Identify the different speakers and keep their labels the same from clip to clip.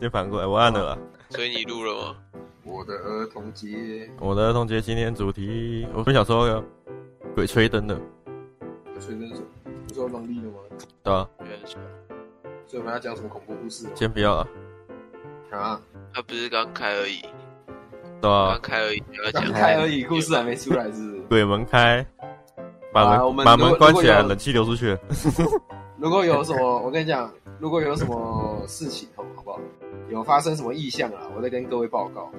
Speaker 1: 就反过来，我按了啊啦。
Speaker 2: 所以你录了吗？
Speaker 3: 我的儿童节，
Speaker 1: 我的儿童节今天主题，我分享说有鬼吹灯的，
Speaker 3: 所以那种你说农历的吗？
Speaker 1: 对吧、啊？
Speaker 2: 原来是
Speaker 3: 所以我们要讲什么恐怖故事吗
Speaker 1: 先不要了，
Speaker 3: 啊？
Speaker 2: 他不是刚开而已，
Speaker 1: 对吧、
Speaker 2: 刚开而已，不要
Speaker 3: 刚
Speaker 2: 讲啊
Speaker 3: 开而已，故事还没出来是不是？
Speaker 1: 鬼门开，把门、
Speaker 3: 好啊我们
Speaker 1: 把
Speaker 3: 如果
Speaker 1: 门关起来，
Speaker 3: 如果有
Speaker 1: 冷气流出去。
Speaker 3: 如果有什么，我跟你讲，如果有什么事情，好好不好？有发生什么异象啊，我再跟各位报告。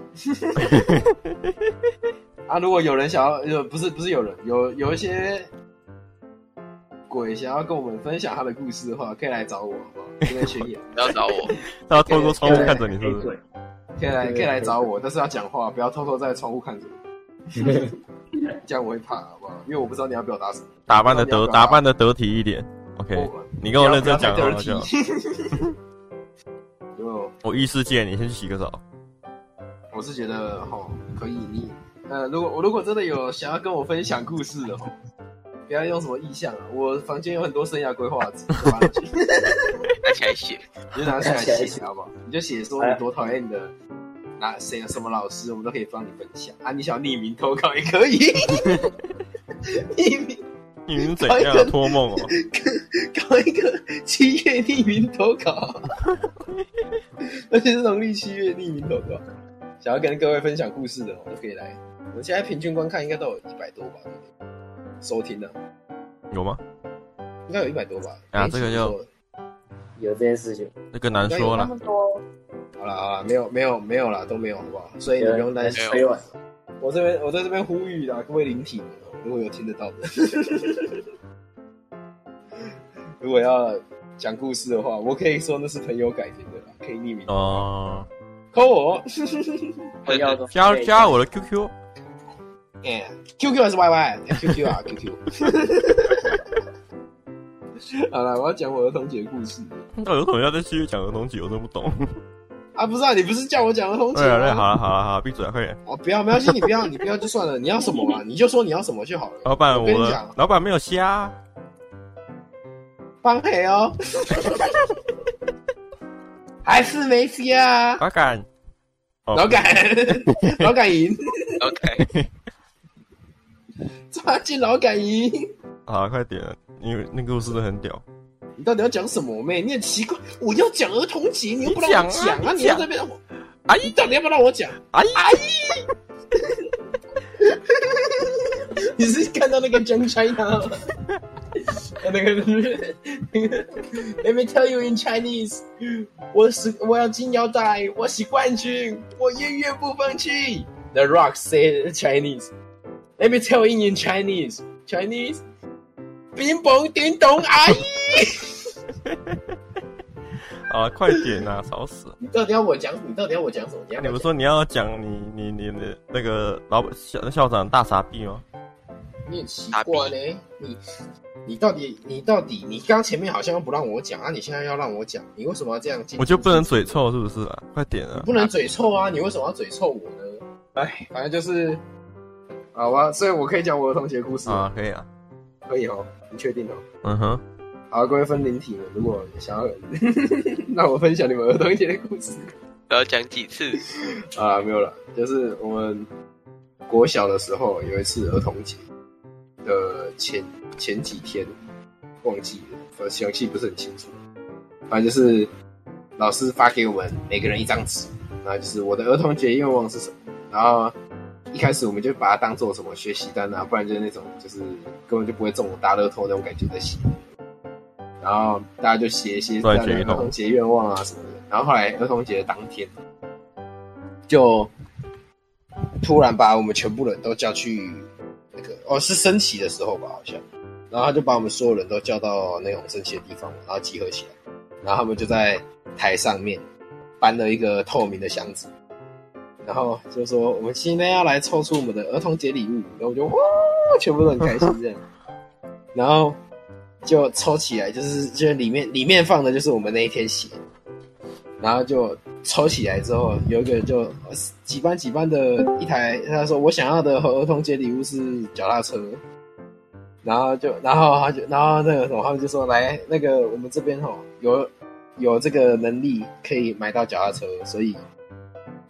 Speaker 3: 啊，如果有人想要，呃，不是不是有人，有有一些鬼想要跟我们分享他的故事的话，可以来找我，好不好？这边群演，
Speaker 2: 不要找我，
Speaker 1: 他要透过窗户看着你，是不是？
Speaker 4: 嘴，
Speaker 3: 可以来可以来找我，但是要讲话，不要偷偷在窗户看着我， 这样我会怕，好不好？因为我不知道你要表达什么。
Speaker 1: 打扮的得打扮的得体一点。OK，
Speaker 3: 我
Speaker 1: 你跟我认真讲
Speaker 3: 不要
Speaker 1: 好
Speaker 3: 太
Speaker 1: 了就好
Speaker 3: 有没有？
Speaker 1: 我异世界，你先去洗个澡。
Speaker 3: 我是觉得哈，可以你呃，如果我如果真的有想要跟我分享故事的吼，不要用什么意向啊，我房间有很多生涯规划纸，就把它拿去
Speaker 2: 拿起来写。
Speaker 3: 你 就拿起来写好不好？你就写说你多讨厌你的。哪谁有什么老师，我们都可以帮你分享啊！你想要匿名投稿也可以，匿名
Speaker 1: 你是怎 样啊托梦哦？
Speaker 3: 搞一个七月匿名投稿，而且是农历七月匿名投稿。想要跟各位分享故事的哦，都可以来。我们现在平均观看应该都有一百多吧，对不对收听呢、
Speaker 1: 有吗？
Speaker 3: 应该有一百多吧。
Speaker 1: 啊
Speaker 3: 每一集
Speaker 1: 这个就
Speaker 3: 都有
Speaker 4: 有这件事情，
Speaker 1: 这个难说
Speaker 5: 那
Speaker 1: 了。
Speaker 5: 么多，
Speaker 3: 好了好了，没有没有没有啦，都没有好不好？所以你不用担心。
Speaker 2: 有
Speaker 4: 没有，
Speaker 3: 我这边我在这边呼吁啦，各位聆听，如果有听得到的， 如果要讲故事的话，我可以说那是朋友改编的啦，可以匿名
Speaker 1: 哦，
Speaker 3: 扣我。
Speaker 6: 啊
Speaker 4: 不 要的
Speaker 1: 加加我的 QQ，
Speaker 3: 哎，QQ 还是 YY？QQ 啊 ，QQ。好了，我要讲我儿童节故事
Speaker 1: 到底为什么要在继续讲儿童节？我都不懂。
Speaker 3: 啊！不是啊， 你不是叫我讲儿童节
Speaker 1: 对啊，对啊，
Speaker 3: 吗？
Speaker 1: 好了好了好了，闭嘴啊，快点！
Speaker 3: 哦，不要，没关系，你不要，你不要就算了。你要什么啊？你就说你要什么就好了。
Speaker 1: 老板，
Speaker 3: 我
Speaker 1: 我
Speaker 3: 跟你
Speaker 1: 的
Speaker 3: 讲，
Speaker 1: 老板没有虾啊，
Speaker 3: 帮黑哦，还是没接啊？
Speaker 1: 老板。哦
Speaker 3: 老，杆，老杆赢，
Speaker 2: OK，
Speaker 3: 抓进老杆赢。
Speaker 1: 好了，快点了，因为那个故事真的很屌。
Speaker 3: 你到底要讲什么妹？你很奇怪，我要讲儿童节，你又不让我
Speaker 1: 你讲啊
Speaker 3: 啊！
Speaker 1: 你讲
Speaker 3: 你要在那边让我，
Speaker 1: 哎
Speaker 3: 你到底要不要让我讲？
Speaker 1: 哎
Speaker 3: 哎， 你是看到那个 John China 吗？那个那个 Let me tell you in Chinese，我是我要金腰带，我是冠军，我永远不放弃。The Rock said in Chinese. Let me tell you in Chinese. Chinese，冰崩叮咚阿姨。
Speaker 1: 啊，快点啊，吵死了！
Speaker 3: 你到底要我讲？你到底要我讲什么？你要
Speaker 1: 你
Speaker 3: 我
Speaker 1: 不
Speaker 3: 讲
Speaker 1: 是说你要讲你你你的那个老板校校长大傻逼吗？
Speaker 3: 你很奇怪嘞，你你到底你到底你刚前面好像不让我讲啊，你现在要让我讲，你为什么要这样进？
Speaker 1: 我就不能嘴，臭是不是啊？快点啊！
Speaker 3: 不能嘴臭啊！你为什么要嘴臭我呢？哎，反正就是，好吧，所以我可以讲我儿童节故事吗
Speaker 1: 啊，可以啊。
Speaker 3: 可以哦，你确定哦？
Speaker 1: 嗯哼，
Speaker 3: 好，各位分灵体们，如果想要 让我分享你们儿童节的故事
Speaker 2: 然后讲几次？
Speaker 3: 啊，没有了，就是我们国小的时候有一次儿童节的前前几天，忘记了，呃详细不是很清楚。反正就是老师发给我们每个人一张纸，然后就是我的儿童节愿望是什么，然后一开始我们就把它当做什么学习单啊，不然就是那种就是根本就不会中大乐透那种感觉在写。然后大家就写一些
Speaker 1: 乱
Speaker 3: 大家
Speaker 1: 写
Speaker 3: 的
Speaker 1: 一
Speaker 3: 儿
Speaker 1: 通
Speaker 3: 童节愿望啊什么的。然后后来儿童节当天，就突然把我们全部人都叫去那个哦是升旗的时候吧，好像，然后他就把我们所有人都叫到那种升旗的地方，然后集合起来，然后他们就在台上面搬了一个透明的箱子，然后就说我们现在要来抽出我们的儿童节礼物，然后我就哇，全部都很开心这样，然后就抽起来，就是就是里面里面放的就是我们那一天写，然后就抽起来之后，有一个就呃几班几班的一台，他说我想要的儿童节礼物是脚踏车，然后就然后他就然后那个什么他们就说来那个我们这边吼有有这个能力可以买到脚踏车，所以，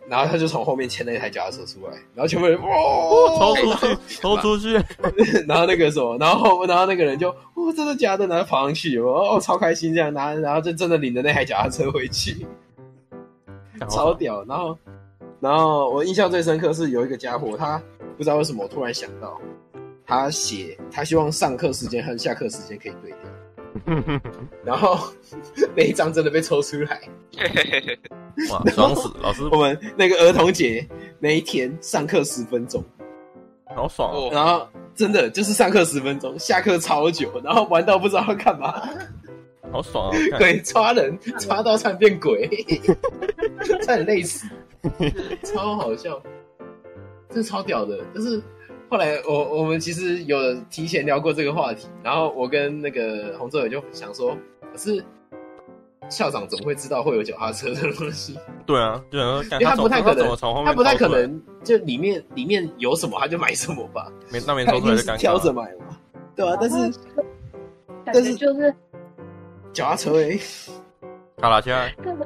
Speaker 3: 然后他就从后面牵了一台脚踏车出来，然后全部人哇，
Speaker 1: 抽出去，抽出去，
Speaker 3: 然后那个什么，然后然后那个人就哦，真的假的？然后跑上去，哦，哦超开心这样，然后然后就真的领着那台脚踏车回去，超屌。然后然后我印象最深刻是有一个家伙，他不知道为什么我突然想到，他写他希望上课时间和下课时间可以对调，然后那一张真的被抽出来。
Speaker 1: 哇，爽死！老师
Speaker 3: 我们那个儿童节那一天上课十分钟，
Speaker 1: 好爽哦，
Speaker 2: 哦，
Speaker 3: 然后真的就是上课十分钟，下课超久，然后玩到不知道要干嘛。
Speaker 1: 好爽哦！ 看
Speaker 3: 对，抓人
Speaker 1: 嗯
Speaker 3: 抓到差点 变鬼，差点累死，超好笑，这超屌的。就是后来我我们其实有提前聊过这个话题，然后我跟那个洪志伟就想说，可是校长怎么会知道会有脚踏车的东西？
Speaker 1: 对啊，就想说，
Speaker 3: 因
Speaker 1: 干
Speaker 3: 为他
Speaker 1: 从
Speaker 3: 不太可
Speaker 1: 他怎么
Speaker 3: 能，
Speaker 1: 从后面
Speaker 3: 他不太
Speaker 1: 抽出
Speaker 3: 可
Speaker 1: 来，
Speaker 3: 能就里面里面有什么他就买什么 吧，
Speaker 1: 没那没
Speaker 3: 他
Speaker 1: 抽
Speaker 3: 一
Speaker 1: 出来
Speaker 3: 定
Speaker 1: 就是尴
Speaker 3: 挑着
Speaker 1: 尬。
Speaker 3: 买嘛，对啊，但是
Speaker 5: 感
Speaker 3: 但
Speaker 5: 觉
Speaker 3: 是
Speaker 5: 就是
Speaker 3: 脚踏车诶、
Speaker 1: 卡拉恰，
Speaker 5: 根本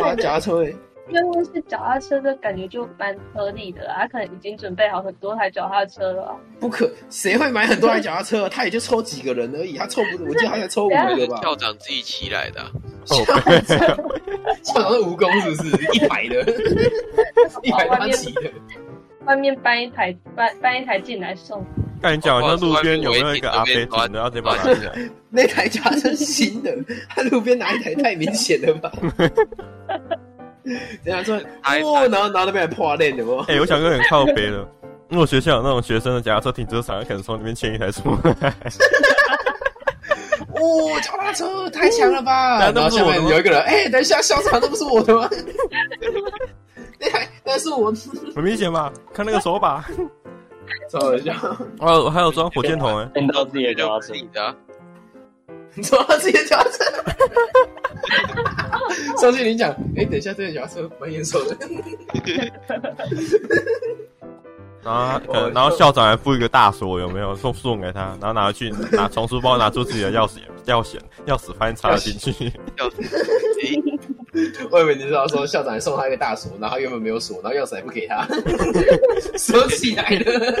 Speaker 3: 啊，脚踏车诶、
Speaker 5: 因为是脚踏车，这感觉就蛮合理的啦。他可能已经准备好很多台脚踏车了啊。
Speaker 3: 不可，谁会买很多台脚踏车啊？他也就抽几个人而已，他抽不，我记得他才抽五
Speaker 2: 那
Speaker 3: 个
Speaker 2: 个
Speaker 3: 吧？
Speaker 2: 校长自己骑来的啊，
Speaker 3: 校长是蜈蚣是不是？一百的，一百
Speaker 5: 外
Speaker 3: 他
Speaker 5: 面
Speaker 3: 骑的，
Speaker 5: 外面搬一台搬搬一台进来送，
Speaker 1: 看你讲，像路边有没有一个阿伯停的，然后直接把他拿进来？
Speaker 3: 那台脚踏车是新的，他路边拿一台太明显了吧？ 人家说
Speaker 2: 还
Speaker 3: 哦，然后然后那边还破烂的 哦，
Speaker 1: 哎，我想哥很靠北的，因为我学校有那种学生的脚踏车停车场，可能从里面牵一台出来。
Speaker 3: 哦，脚踏车太强了吧？
Speaker 1: 那
Speaker 3: 然
Speaker 1: 那
Speaker 3: 后
Speaker 1: 不是
Speaker 3: 下
Speaker 1: 我的吗
Speaker 3: 面有一个人，哎，等一下，校长，那不是我的吗？ 那台那是我的，
Speaker 1: 很明显吧？看那个手把，
Speaker 3: 超好笑。
Speaker 1: 哦，我还有装火箭筒哎，
Speaker 4: 变到自己的脚
Speaker 2: 就
Speaker 4: 踏
Speaker 2: 自
Speaker 4: 车
Speaker 2: 己，的啊，
Speaker 3: 你说到自己的脚踏车，上去你讲，哎、等一下，这个脚踏车蛮眼熟的，
Speaker 1: 然后可能然后校长还附一个大锁，有没有送送给他？然后拿去拿从书包拿出自己的钥匙钥匙钥匙翻插进去，
Speaker 2: 校长诶
Speaker 3: 我以为你知道说校长还送他一个大锁，然后原本没有锁，然后钥匙还不给他，锁起来了。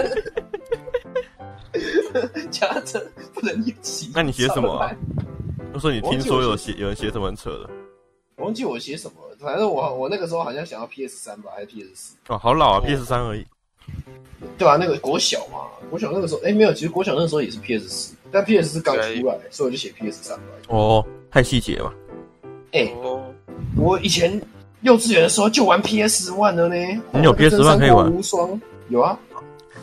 Speaker 3: 脚踏车不能一起。
Speaker 1: 那你学什么啊
Speaker 3: 超烂
Speaker 1: 就说你听说有写有人写什么很扯的，
Speaker 3: 我忘记我写什么了，反正我我那个时候好像想要 PS 三吧，还是 PS 四？
Speaker 1: 哦，好老啊，PS 三而已。
Speaker 3: 对啊，那个国小嘛，国小那个时候，哎、没有，其实国小那时候也是 PS 四，但 PS 四刚出来，所以我就写 PS 三吧。
Speaker 1: 哦，太细节了。
Speaker 3: 哎、
Speaker 2: 哦，
Speaker 3: 我以前幼稚园的时候就玩 PS One 了呢。
Speaker 1: 你有
Speaker 3: 哦那个
Speaker 1: PS One 可以玩
Speaker 3: 真三国无双有啊，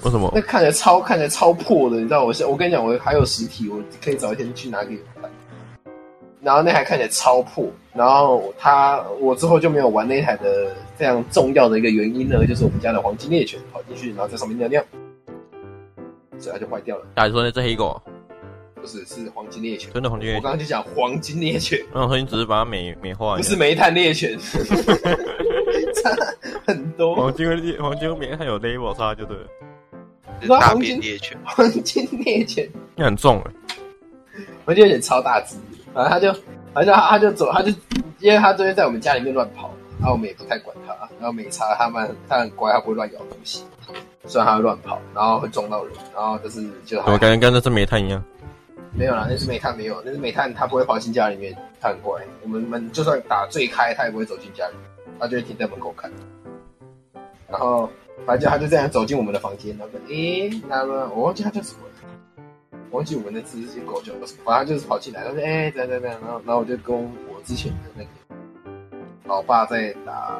Speaker 1: 为什么？
Speaker 3: 那看起来超看起来超破的，你知道？我现我跟你讲，我还有实体，我可以找一天去拿给你看。然后那台看起来超破，然后他我之后就没有玩那台的非常重要的一个原因呢，就是我们家的黄金猎犬跑进去，然后在上面尿尿，所以它就坏掉了。
Speaker 1: 大家说那这黑狗啊
Speaker 3: 不是，是黄金猎犬。
Speaker 1: 真的红
Speaker 3: 我
Speaker 1: 军，
Speaker 3: 刚刚就讲黄金猎犬，
Speaker 1: 那种说你只是把它美美化而已。
Speaker 3: 不是煤炭 猎犬， 差很多。
Speaker 1: 黄金跟黄金跟别人还有 label 差就对了，
Speaker 2: 是大便猎犬，
Speaker 3: 黄金猎犬，
Speaker 1: 那很重哎。
Speaker 3: 黄金猎犬超大只，然后他就，反正他他就走，他就，因为他昨天在我们家里面乱跑，然后我们也不太管他，然后没差，他蛮他很乖，他不会乱咬东西，虽然他会乱跑，然后会撞到人，然后但是
Speaker 1: 怎
Speaker 3: 就
Speaker 1: 么
Speaker 3: 还
Speaker 1: 感觉跟那只煤炭一样？
Speaker 3: 没有啦，那是煤炭没有，那是煤炭，他不会跑进家里面，他很乖，我们门就算打最开，他也不会走进家里，他就会停在门口看，然后反正他就这样走进我们的房间，然后诶，那么我忘记他叫什么了。我忘记我们那只狗叫什么，反正就是跑进来，他说：“哎、怎样怎样怎样。”然后，然后我就跟我之前的那个老爸在打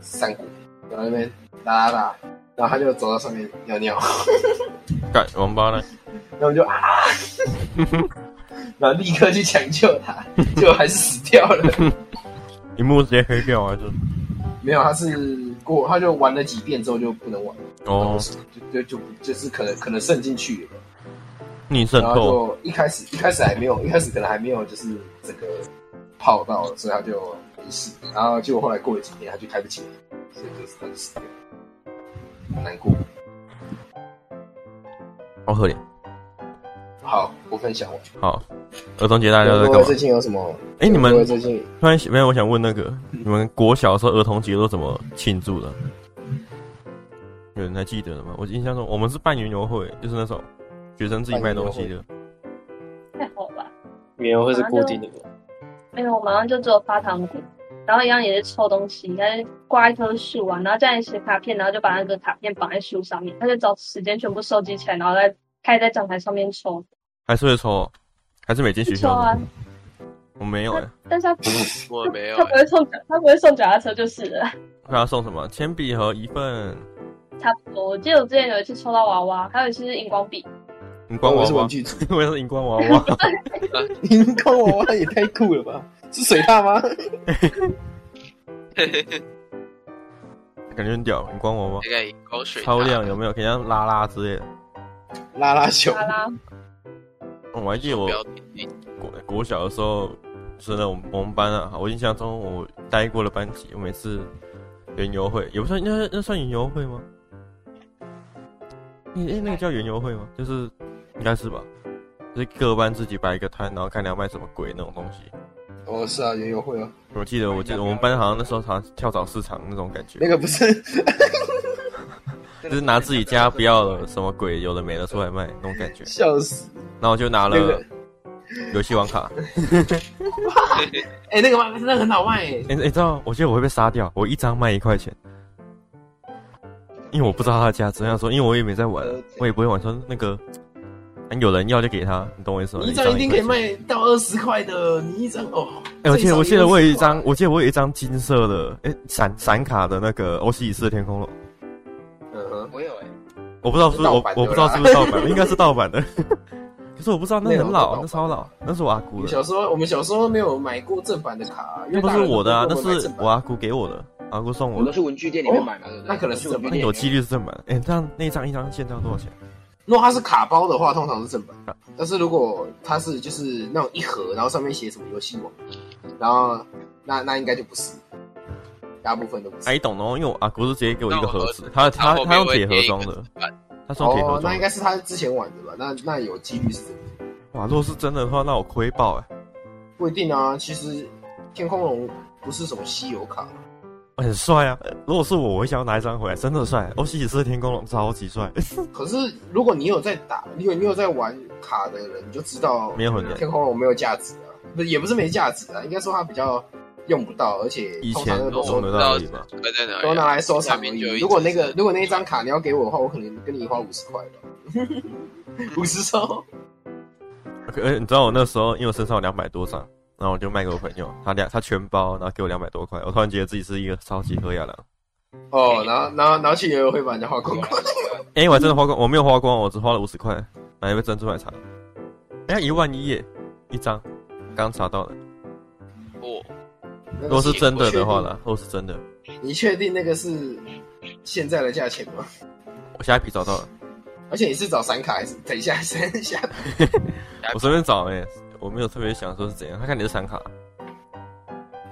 Speaker 3: 三国，然后那边打打打，然后他就走到上面尿尿，
Speaker 1: 干王八呢？
Speaker 3: 然后我就啊， 然后立刻去抢救他，结果还是死掉了。
Speaker 1: 荧幕直接黑掉啊还是？
Speaker 3: 没有，他是过，他就玩了几遍之后就不能玩，
Speaker 1: 哦，
Speaker 3: 就就就就是可能可能渗进去了。
Speaker 1: 逆渗
Speaker 3: 然
Speaker 1: 透，
Speaker 3: 后就一开始一开始还没有，一开始可能还没有就是整个泡到了，所以他就没事。然后结果后来过了几天，他就开不起来，所以就是他就死掉了，很难过。
Speaker 1: 好可怜。
Speaker 3: 好，我分享完。
Speaker 1: 好，儿童节大家都在
Speaker 3: 各位
Speaker 1: 干
Speaker 3: 最
Speaker 1: 嘛？
Speaker 3: 近有什么？
Speaker 1: 哎，你们
Speaker 3: 各位最近
Speaker 1: 突然想没有，我想问那个，你们国小的时候儿童节都怎么庆祝的？有人还记得的吗？我印象中我们是办园游会，就是那种学生自己卖东西的。
Speaker 5: 太好了吧。
Speaker 6: 园游会是固定的吗？
Speaker 5: 没有，我们好像就只有发糖果，然后一样也是抽东西，它就挂一棵树啊，然后这样写卡片，然后就把那个卡片绑在树上面，他就找时间全部收集起来，然后再开在讲台上面抽，
Speaker 1: 还是会抽哦，还是每间学
Speaker 5: 抽
Speaker 1: 校的
Speaker 5: 啊。
Speaker 1: 我没有哎、
Speaker 5: 但是他
Speaker 2: 我没有
Speaker 5: 他不
Speaker 2: 欸，
Speaker 5: 会送脚，他不会送脚踏车就是了，
Speaker 1: 我想要送什么？铅笔盒一份，
Speaker 5: 差不多。我记得我之前有一次抽到娃娃，还有一次是荧光笔，
Speaker 1: 荧光
Speaker 3: 我
Speaker 1: 娃
Speaker 3: 是
Speaker 1: 娃
Speaker 3: 文，具组，
Speaker 1: 我也是荧光娃娃，
Speaker 3: 荧光娃娃也太酷了吧？ 是水獭吗？
Speaker 1: 感觉很屌，荧光娃娃
Speaker 2: 那个荧光水
Speaker 1: 超
Speaker 2: 塔
Speaker 1: 亮，有没有？可以像拉拉之类的。
Speaker 3: 拉拉熊
Speaker 5: 啦啦，
Speaker 1: 嗯我还记得我
Speaker 2: 不要停停
Speaker 1: 国国小的时候，是的，我们我们班啊，我印象中我待过的班级，我每次园游会也不算，那那算园游会吗？你、诶那个叫园游会吗？就是应该是吧，就是各班自己摆一个摊，然后看你要卖什么鬼那种东西。
Speaker 3: 哦，是啊，园游会哦，
Speaker 1: 我记得，我记得我们班好像那时候好像跳蚤市场那种感觉
Speaker 3: 那，个不是，。
Speaker 1: 就是拿自己家不要的什么鬼有的没的出来卖那种感觉
Speaker 3: 笑死！
Speaker 1: 然后我就拿
Speaker 3: 那个
Speaker 1: 了游戏王卡，
Speaker 3: 哎、那个玩真的很好卖、欸
Speaker 1: 你、你哎知道，我觉得我会被杀掉，我一张卖一块钱，因为我不知道它的价值。我想说，因为我也没在玩
Speaker 3: 呃，
Speaker 1: 我也不会玩。说那个，啊有人要就给他，你懂我意思吗？
Speaker 3: 你一张一定可以
Speaker 1: 块钱。
Speaker 3: 卖到二十块的，你一张哦。
Speaker 1: 哎、我记得，我记得我有一张，
Speaker 3: 最少20块，
Speaker 1: 我记得我有一张金色的，哎、闪闪卡的那个欧西里斯的天空龙，
Speaker 3: 嗯哼，
Speaker 2: 我
Speaker 7: 欸
Speaker 2: 有哎，
Speaker 1: 我不知道是不是我
Speaker 3: 盗版，的
Speaker 1: 我
Speaker 3: 啦
Speaker 1: 不知道是不是盗版的，应该是盗版的。 可是我不知道，那
Speaker 3: 那个
Speaker 1: 很
Speaker 3: 我
Speaker 1: 老，
Speaker 3: 不
Speaker 1: 那
Speaker 3: 知道
Speaker 1: 超老，那是我阿
Speaker 3: 我
Speaker 1: 姑
Speaker 3: 们
Speaker 1: 的，
Speaker 3: 小时候我们小时候没有买过正版的卡，
Speaker 1: 那
Speaker 3: 因为
Speaker 1: 不是我的啊，那
Speaker 3: 大人都不会买
Speaker 1: 是
Speaker 3: 正版
Speaker 1: 我阿姑给我的，阿姑送
Speaker 7: 我
Speaker 1: 我
Speaker 7: 们
Speaker 1: 的，
Speaker 7: 是文具店里面买嘛，对不对？
Speaker 3: 那可能是
Speaker 7: 我们
Speaker 1: 那
Speaker 7: 去文具店里面
Speaker 1: 有
Speaker 3: 啊
Speaker 1: 几率是正版的。哎、这样那一张一张现在要多少钱？
Speaker 3: 如果它是卡包的话，通常是正版；但是如果它是就是那种一盒，然后上面写什么游戏王，然后那那应该就不是，大部分都不是。
Speaker 1: I 懂哦，因为我阿姑是直接给我一个盒子，
Speaker 2: 那
Speaker 1: 他他
Speaker 2: 我盒子然后后面
Speaker 1: 他用
Speaker 2: 会
Speaker 1: 铁盒
Speaker 2: 贴一
Speaker 1: 装的
Speaker 2: 个纸板，
Speaker 1: 他是用铁
Speaker 3: 哦
Speaker 1: 盒，
Speaker 3: 那
Speaker 1: 装的。
Speaker 3: 应该是他之前玩的吧？那那有几率是真的，
Speaker 1: 哇，如果是真的的话，那我亏爆哎！
Speaker 3: 不一定啊。其实天空龙不是什么稀有卡，
Speaker 1: 哎很帅啊！呃如果是我，我会想要拿一张回来，真的帅。欧西里斯的天空龙超级 帅，
Speaker 3: 可是如果你有在打，你有你有在玩卡的人，你就知道
Speaker 1: 没有很难。
Speaker 3: 天空龙没有价值啊，不也不是没价值啊，应该说它比较用不到，而且
Speaker 1: 以
Speaker 3: 通
Speaker 1: 前
Speaker 3: 常那个
Speaker 1: 都
Speaker 3: 都
Speaker 1: 用得到而已吧？
Speaker 2: 摆在哪
Speaker 3: 都
Speaker 2: 里
Speaker 3: 拿
Speaker 2: 啊？
Speaker 3: 来收藏而
Speaker 2: 下面就有
Speaker 3: 已。
Speaker 2: 一
Speaker 3: 如果那个如果那一张卡你要给我的话，我可能跟你花五十 块吧，五十收。
Speaker 1: 而呃且你知道我那时候，因为我身上有两百多张，然后我就卖给我朋友，他两他全包，然后给我两百多块，我突然觉得自己是一个超级喝亚郎。
Speaker 3: 哦，然后然后然后去游泳会把人家花光光。
Speaker 1: 哎、我还真的花光，我没有花光，我只花了五十块买一杯珍珠奶茶，哎，一万一耶，一张，刚查到的。
Speaker 2: 我
Speaker 1: 如果是真的的话
Speaker 3: 呢？
Speaker 1: 啦，如果是真的，
Speaker 3: 你确定那个是现在的价钱吗？
Speaker 1: 我下一批找到了。
Speaker 3: 而且你是找闪卡还是等一下 闪一下？
Speaker 1: 我随便找哎、我没有特别想说是怎样。他看你是闪卡，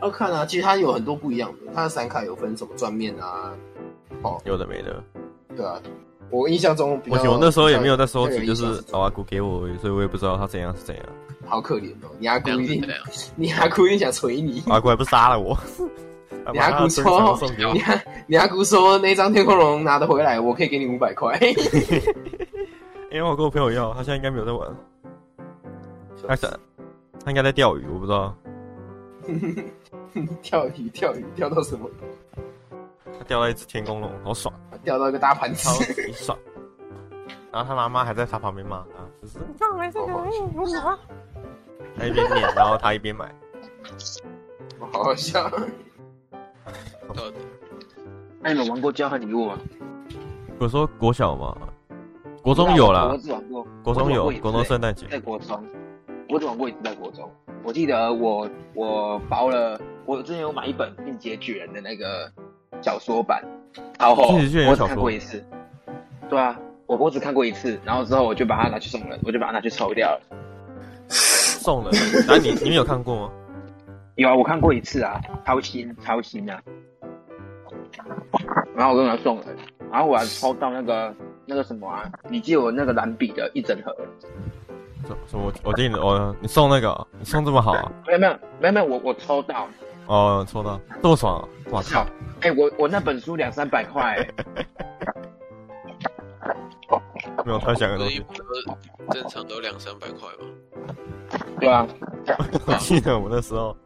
Speaker 3: 要看啊，其实它有很多不一样的，它的闪卡有分什么钻面啊，
Speaker 1: 有的没的。
Speaker 3: 对啊。我印象中比
Speaker 1: 我
Speaker 3: 较，
Speaker 1: 我那时候也没有在收
Speaker 3: 比较
Speaker 1: 集，
Speaker 3: 有
Speaker 1: 就
Speaker 3: 印象
Speaker 1: 是老阿姑给我而已，所以我也不知道他怎样是怎样。
Speaker 3: 好可怜哦，你阿姑
Speaker 2: 这样
Speaker 3: 一
Speaker 2: 子
Speaker 3: 定
Speaker 2: 这，样，
Speaker 3: 你阿姑一定想捶你。
Speaker 1: 阿姑还不杀了 我，他
Speaker 3: 你
Speaker 1: 把
Speaker 3: 阿
Speaker 1: 他
Speaker 3: 姑
Speaker 1: 的珍珠奶茶
Speaker 3: 说
Speaker 1: 送给我
Speaker 3: 你，阿你阿姑说那张天空龙拿得回来，我可以给你五 百块。
Speaker 1: 因为我跟我朋友要，他现在应该没有在玩，他想他应该在钓鱼，我不知道
Speaker 3: 钓鱼钓鱼钓到什么？
Speaker 1: 他钓到一只天空龙，好爽，
Speaker 3: 钓到一个大盘子
Speaker 1: 超。 级爽。然后他妈妈还在他旁边骂他，就是你干嘛买这个？哎有你吗？他一边念，然后他一边买。
Speaker 3: 好好笑。
Speaker 2: 到底
Speaker 7: 那你们玩过交换礼物吗？
Speaker 1: 我说国小嘛，国中有啦
Speaker 7: 我，只玩过，
Speaker 1: 国中有
Speaker 7: 我只玩过一，次
Speaker 1: 国中圣诞节。
Speaker 7: 在国中，我只玩过一次在国中。我记得我我包了，我之前有买一本《进阶巨人》的那个小说版，超厚，
Speaker 1: 进击巨人有
Speaker 7: 我只
Speaker 1: 小说
Speaker 7: 看过一次。对啊，我我只看过一次，然后之后我就把它拿去送人，我就把它拿去抽掉了。
Speaker 1: 送了。那你你们有看过吗？
Speaker 7: 有啊，我看过一次啊，超新超新啊。然后我跟他送人，然后我还抽到那个那个什么啊，你借我那个蓝笔的一整盒，
Speaker 1: 什什么？我给你，我你送那个哦，你送这么好啊？
Speaker 7: 没有没有没有没有，我我抽到，
Speaker 1: 哦，抽到这么爽啊！哇靠
Speaker 7: 操！！哎、我我那本书两三百块、欸
Speaker 1: 没有，突然想个东
Speaker 2: 那
Speaker 1: 西
Speaker 2: 一，本都正常都两三百块吧。
Speaker 7: 对啊，
Speaker 1: 我记得我那时候，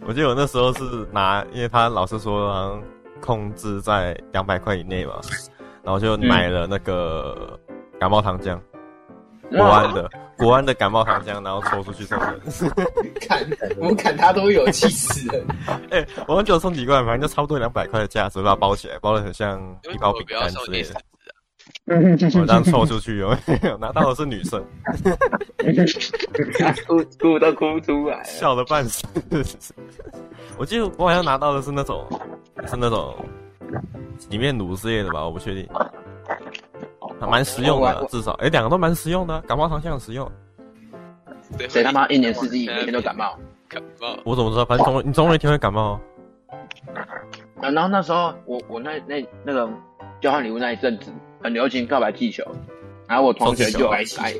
Speaker 1: 我记得我那时候是拿，因为他老师说好像控制在两百块以内嘛，然后
Speaker 7: 嗯
Speaker 1: 就买了那个感冒糖浆，国安的国安的感冒糖浆，然后抽出去送人。
Speaker 3: 砍我们砍他都有气死人，
Speaker 1: 哎、我们就送几罐，反正就差不多两百块的价值，把它包起来，包的很像一
Speaker 2: 你为什
Speaker 1: 包
Speaker 2: 么
Speaker 1: 饼
Speaker 2: 不要
Speaker 1: 干
Speaker 2: 送
Speaker 1: 之类
Speaker 2: S
Speaker 1: 的，我当抽出去有没有？拿到的是女生，
Speaker 7: 哭哭都哭出来了。
Speaker 1: 笑的半死。我记得我好像拿到的是那种，是那种里面乳之类的吧，我不确定，还蛮实用
Speaker 7: 我
Speaker 1: 的
Speaker 7: 我，
Speaker 1: 至少哎，两、个都蛮实用的，感冒糖浆很实用。
Speaker 2: 对
Speaker 7: 谁他妈一年四季每天都 感冒？
Speaker 2: 感冒？
Speaker 1: 我怎么知道？反正总你总有一天会感冒哦。
Speaker 7: 啊然后那时候我我那那那个交换礼物那一阵子很流行告白气球，然后我同学就
Speaker 3: 告白
Speaker 7: 来
Speaker 3: 气球
Speaker 7: 来，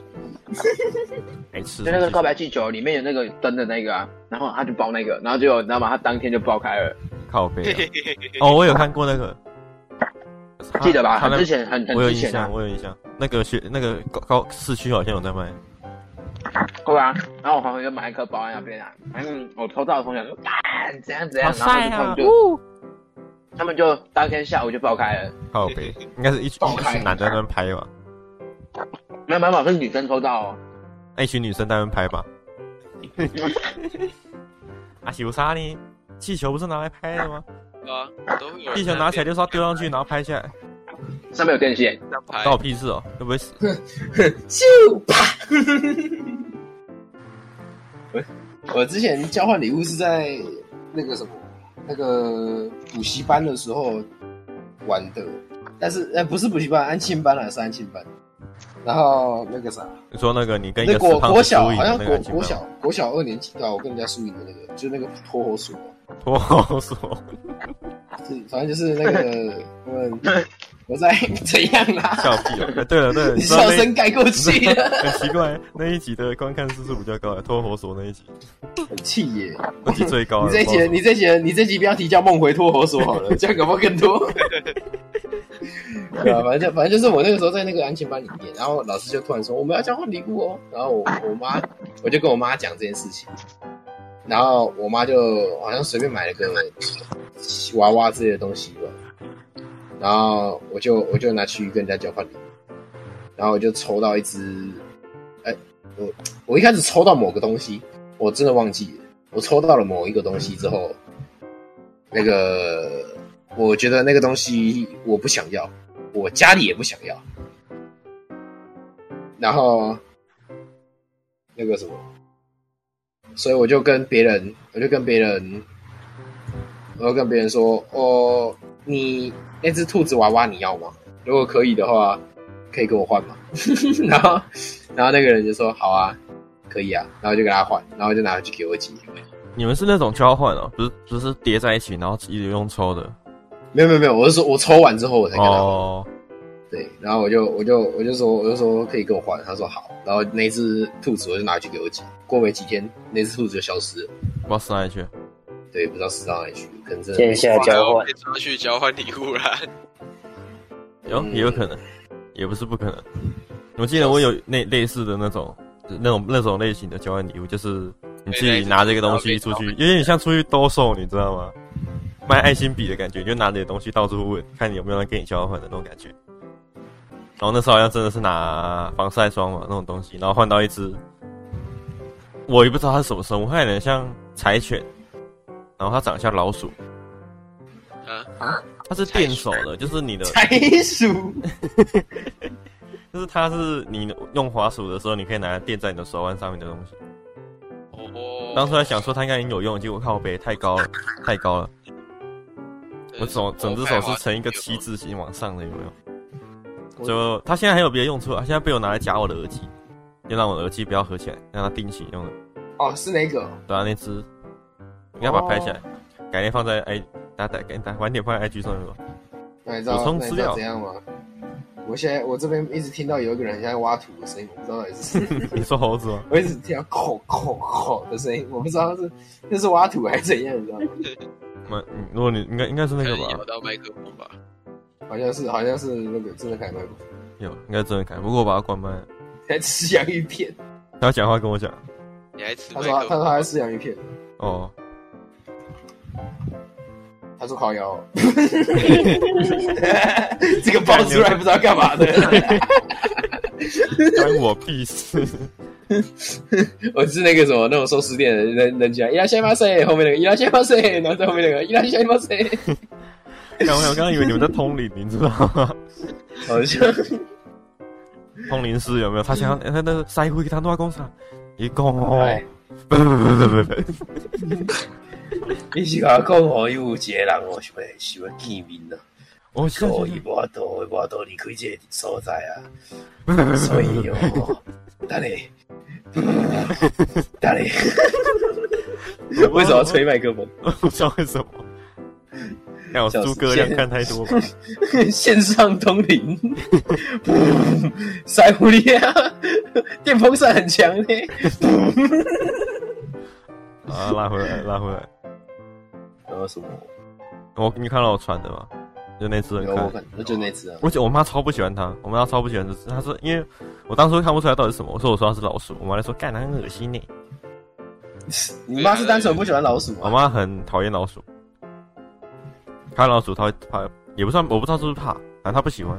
Speaker 1: 哎，吃
Speaker 7: 就那个告白气球里面有那个灯的那个啊，然后他就包那个，然后结果你知道吗？他当天就爆开了，
Speaker 1: 靠背、啊。哦，我有看过那个，
Speaker 3: 啊
Speaker 7: 记得吧？
Speaker 1: 他
Speaker 7: 很
Speaker 1: 那
Speaker 7: 之前很很
Speaker 1: 我有
Speaker 7: 之
Speaker 1: 印
Speaker 7: 前
Speaker 1: 象，
Speaker 7: 啊，
Speaker 1: 我有印象。那个学那个高高市区好像有在卖，
Speaker 7: 对啊。然后我同学就买一颗包在那边啊，嗯，我抽到的同学说啊怎样怎样，然后
Speaker 3: 啊
Speaker 7: 就他们就他们就当天下午就爆开了，
Speaker 1: 靠北，应该是一群
Speaker 3: 爆
Speaker 1: 一
Speaker 3: 开
Speaker 1: 群男的在那边拍吧，
Speaker 7: 没有没有没有，是女生抽到哦。
Speaker 1: 那一群女生在那边拍吧。 啊，有啥呢？气球不是拿来拍的吗？
Speaker 2: 对啊，都会有人
Speaker 1: 气球拿起来就是要丢上去，
Speaker 2: 在
Speaker 1: 然后拍下来，
Speaker 7: 上面有电线，
Speaker 2: 那边这样拍
Speaker 1: 关我屁事哦、会不会死？
Speaker 3: 就啪！我我之前交换礼物是在那个什么那个补习班的时候玩的，但是呃不是补习班，安庆班啊是安庆班，然后那个啥，
Speaker 1: 你说那个你跟一个
Speaker 3: 那国
Speaker 1: 死胖
Speaker 3: 国
Speaker 1: 子输
Speaker 3: 小
Speaker 1: 赢
Speaker 3: 好
Speaker 1: 的
Speaker 3: 像
Speaker 1: 那
Speaker 3: 国
Speaker 1: 个情
Speaker 3: 国
Speaker 1: 况，
Speaker 3: 小国小二年级啊，我跟人家输赢的那个，就是那个脱口鼠，
Speaker 1: 我说
Speaker 3: 是嗯反正就是那个 我们我在怎样啦、
Speaker 1: 笑屁哦、哎对了对了，
Speaker 3: 你
Speaker 1: 你知道
Speaker 3: 笑
Speaker 1: 那
Speaker 3: 声盖过去了，
Speaker 1: 很奇怪，那一集的观看次数比较高，脱火索那一集，
Speaker 3: 很气耶！
Speaker 1: 那集最高了。
Speaker 3: 你这一集，你这一集，你这集标题叫“梦回 托佛所”好了，这样搞不好更多。对啊，反正就反正就是我那个时候在那个安全班里面，然后老师就突然说我们要交换礼物哦，然后我我妈我就跟我妈讲这件事情，然后我妈就好像随便买了个娃娃之类的东西吧，然后我就我就拿去跟人家交换礼物，然后我就抽到一只，哎、我我一开始抽到某个东西，我真的忘记了。我抽到了某一个东西之后，那个我觉得那个东西我不想要，我家里也不想要，然后那个什么，所以我就跟别人，我就跟别人，我就跟别人说，哦，你那只兔子娃娃你要吗？如果可以的话，可以跟我换吗？ 然后，然后那个人就说好啊，可以啊，然后就给他换，然后就拿回去给我姐。
Speaker 1: 你们是那种交换哦、不是不是叠在一起，然后一直用抽的
Speaker 3: 没有没有没有，我是说我抽完之后我才跟他换。
Speaker 1: 哦。
Speaker 3: 对，然后我就我就我就说我就说可以跟我换，他说好，然后那只兔子我就拿去给我姐，过没几天那只兔子就消失了，
Speaker 1: 不知道死哪里去了，
Speaker 3: 对，不知道死到哪里去，可能真的
Speaker 4: 线下
Speaker 2: 然
Speaker 4: 交
Speaker 2: 后
Speaker 4: 换
Speaker 2: 被，抓去交换礼物啦。
Speaker 1: 有
Speaker 3: 嗯
Speaker 1: 哦也有可能，也不是不可能。我记得我有类类似的那种那种那种类型的交换礼物，就是你自己拿这个东西出去，有点像出去兜售，你知道吗？卖爱心笔的感觉，你就拿着东西到处问，看你有没有人跟你交换的那种感觉。然后那时候好像真的是拿防晒霜嘛那种东西，然后换到一只，我也不知道它是什么生物，它有点像柴犬，然后它长得像老鼠，
Speaker 2: 啊，
Speaker 1: 它是电手的，就是你的
Speaker 3: 财鼠，
Speaker 1: 就是它是你用滑鼠的时候，你可以拿来垫在你的手腕上面的东西。
Speaker 2: 哦，
Speaker 1: 当初还想说它应该很有用，结果靠背太高了，太高了，我手整只手是呈一个七字形往上的，有没有？就它现在还有别的用处啊，现在被我拿来夹我的耳机，就让我的耳机不要合起来，让它定型用的。
Speaker 3: 哦，是哪个？
Speaker 1: 对啊，那只应该把它拍下来，改天哎放在 i 打打改打晚点放在 IG 上面吧。
Speaker 3: 那你知道
Speaker 1: 补充
Speaker 3: 那你
Speaker 1: 资
Speaker 3: 知
Speaker 1: 料
Speaker 3: 道怎样吗？我现在我这边一直听到有一个人在挖土的声音，我不知道到底是 谁。
Speaker 1: 你说猴子吗？
Speaker 3: 我一直听到吼吼吼的声音，我不知道是那是挖土还是怎样，你知道吗？
Speaker 1: 蛮，嗯如果你应该应该是那个
Speaker 2: 可能啊咬
Speaker 1: 吧，
Speaker 2: 到麦克风吧。
Speaker 3: 好像是好像是那个真的凯麦克，
Speaker 1: 有应该真的看，不过我把它关麦了。
Speaker 3: 在吃洋芋片。
Speaker 1: 他讲话跟我讲，
Speaker 2: 你还吃
Speaker 3: 他
Speaker 2: 麦
Speaker 3: 说他
Speaker 2: 克
Speaker 3: 他
Speaker 2: 风？
Speaker 3: 说他在吃洋芋片，
Speaker 1: 哦，
Speaker 3: 他说烤哦腰， 这个爆出来不知道干嘛的。
Speaker 1: 关我屁事。
Speaker 3: 我是那个什么那种寿司店的人人家伊拉西马塞后面那个伊拉西马塞，然后在后面那个伊拉西马塞，
Speaker 1: 刚我刚刚以为你们在通灵，你知道吗？
Speaker 3: 好像
Speaker 1: 通灵师有没有？他想要他那个塞回他诺工厂，一共哦
Speaker 3: 哎，
Speaker 1: 不不不不不不，
Speaker 3: 你是甲我讲吼，有一个人哦，想要想要见面啊，
Speaker 1: 我相
Speaker 3: 可伊
Speaker 1: 信
Speaker 3: 无法度，伊无法度离开这个所在啊，
Speaker 1: 不不不不
Speaker 3: 所以哦，等 你，等你，
Speaker 1: 不，
Speaker 3: 为什么要吹麦克 风？
Speaker 1: 我不知道为什么。看我诸葛亮看太多了，
Speaker 3: 线上通 灵，塞狐狸啊，电风扇很强呢。
Speaker 1: 啊，拉回来，拉回来。
Speaker 3: 然后什么？
Speaker 1: 我你看到我传的吗？就那次
Speaker 3: 有
Speaker 1: 人
Speaker 3: 我
Speaker 1: 看，
Speaker 3: 看，那就那只啊。
Speaker 1: 我姐我妈超不喜欢它，我妈超不喜欢这只。她说，因为我当初看不出来到底是什么，我说我说它是老鼠，我妈就说干，它很恶心呢。
Speaker 3: 你妈是单纯不喜欢老鼠
Speaker 1: 我
Speaker 3: 吗？
Speaker 1: 妈很讨厌老鼠，看到老鼠她会怕，也不算我不知道是不是怕，反正她不喜欢。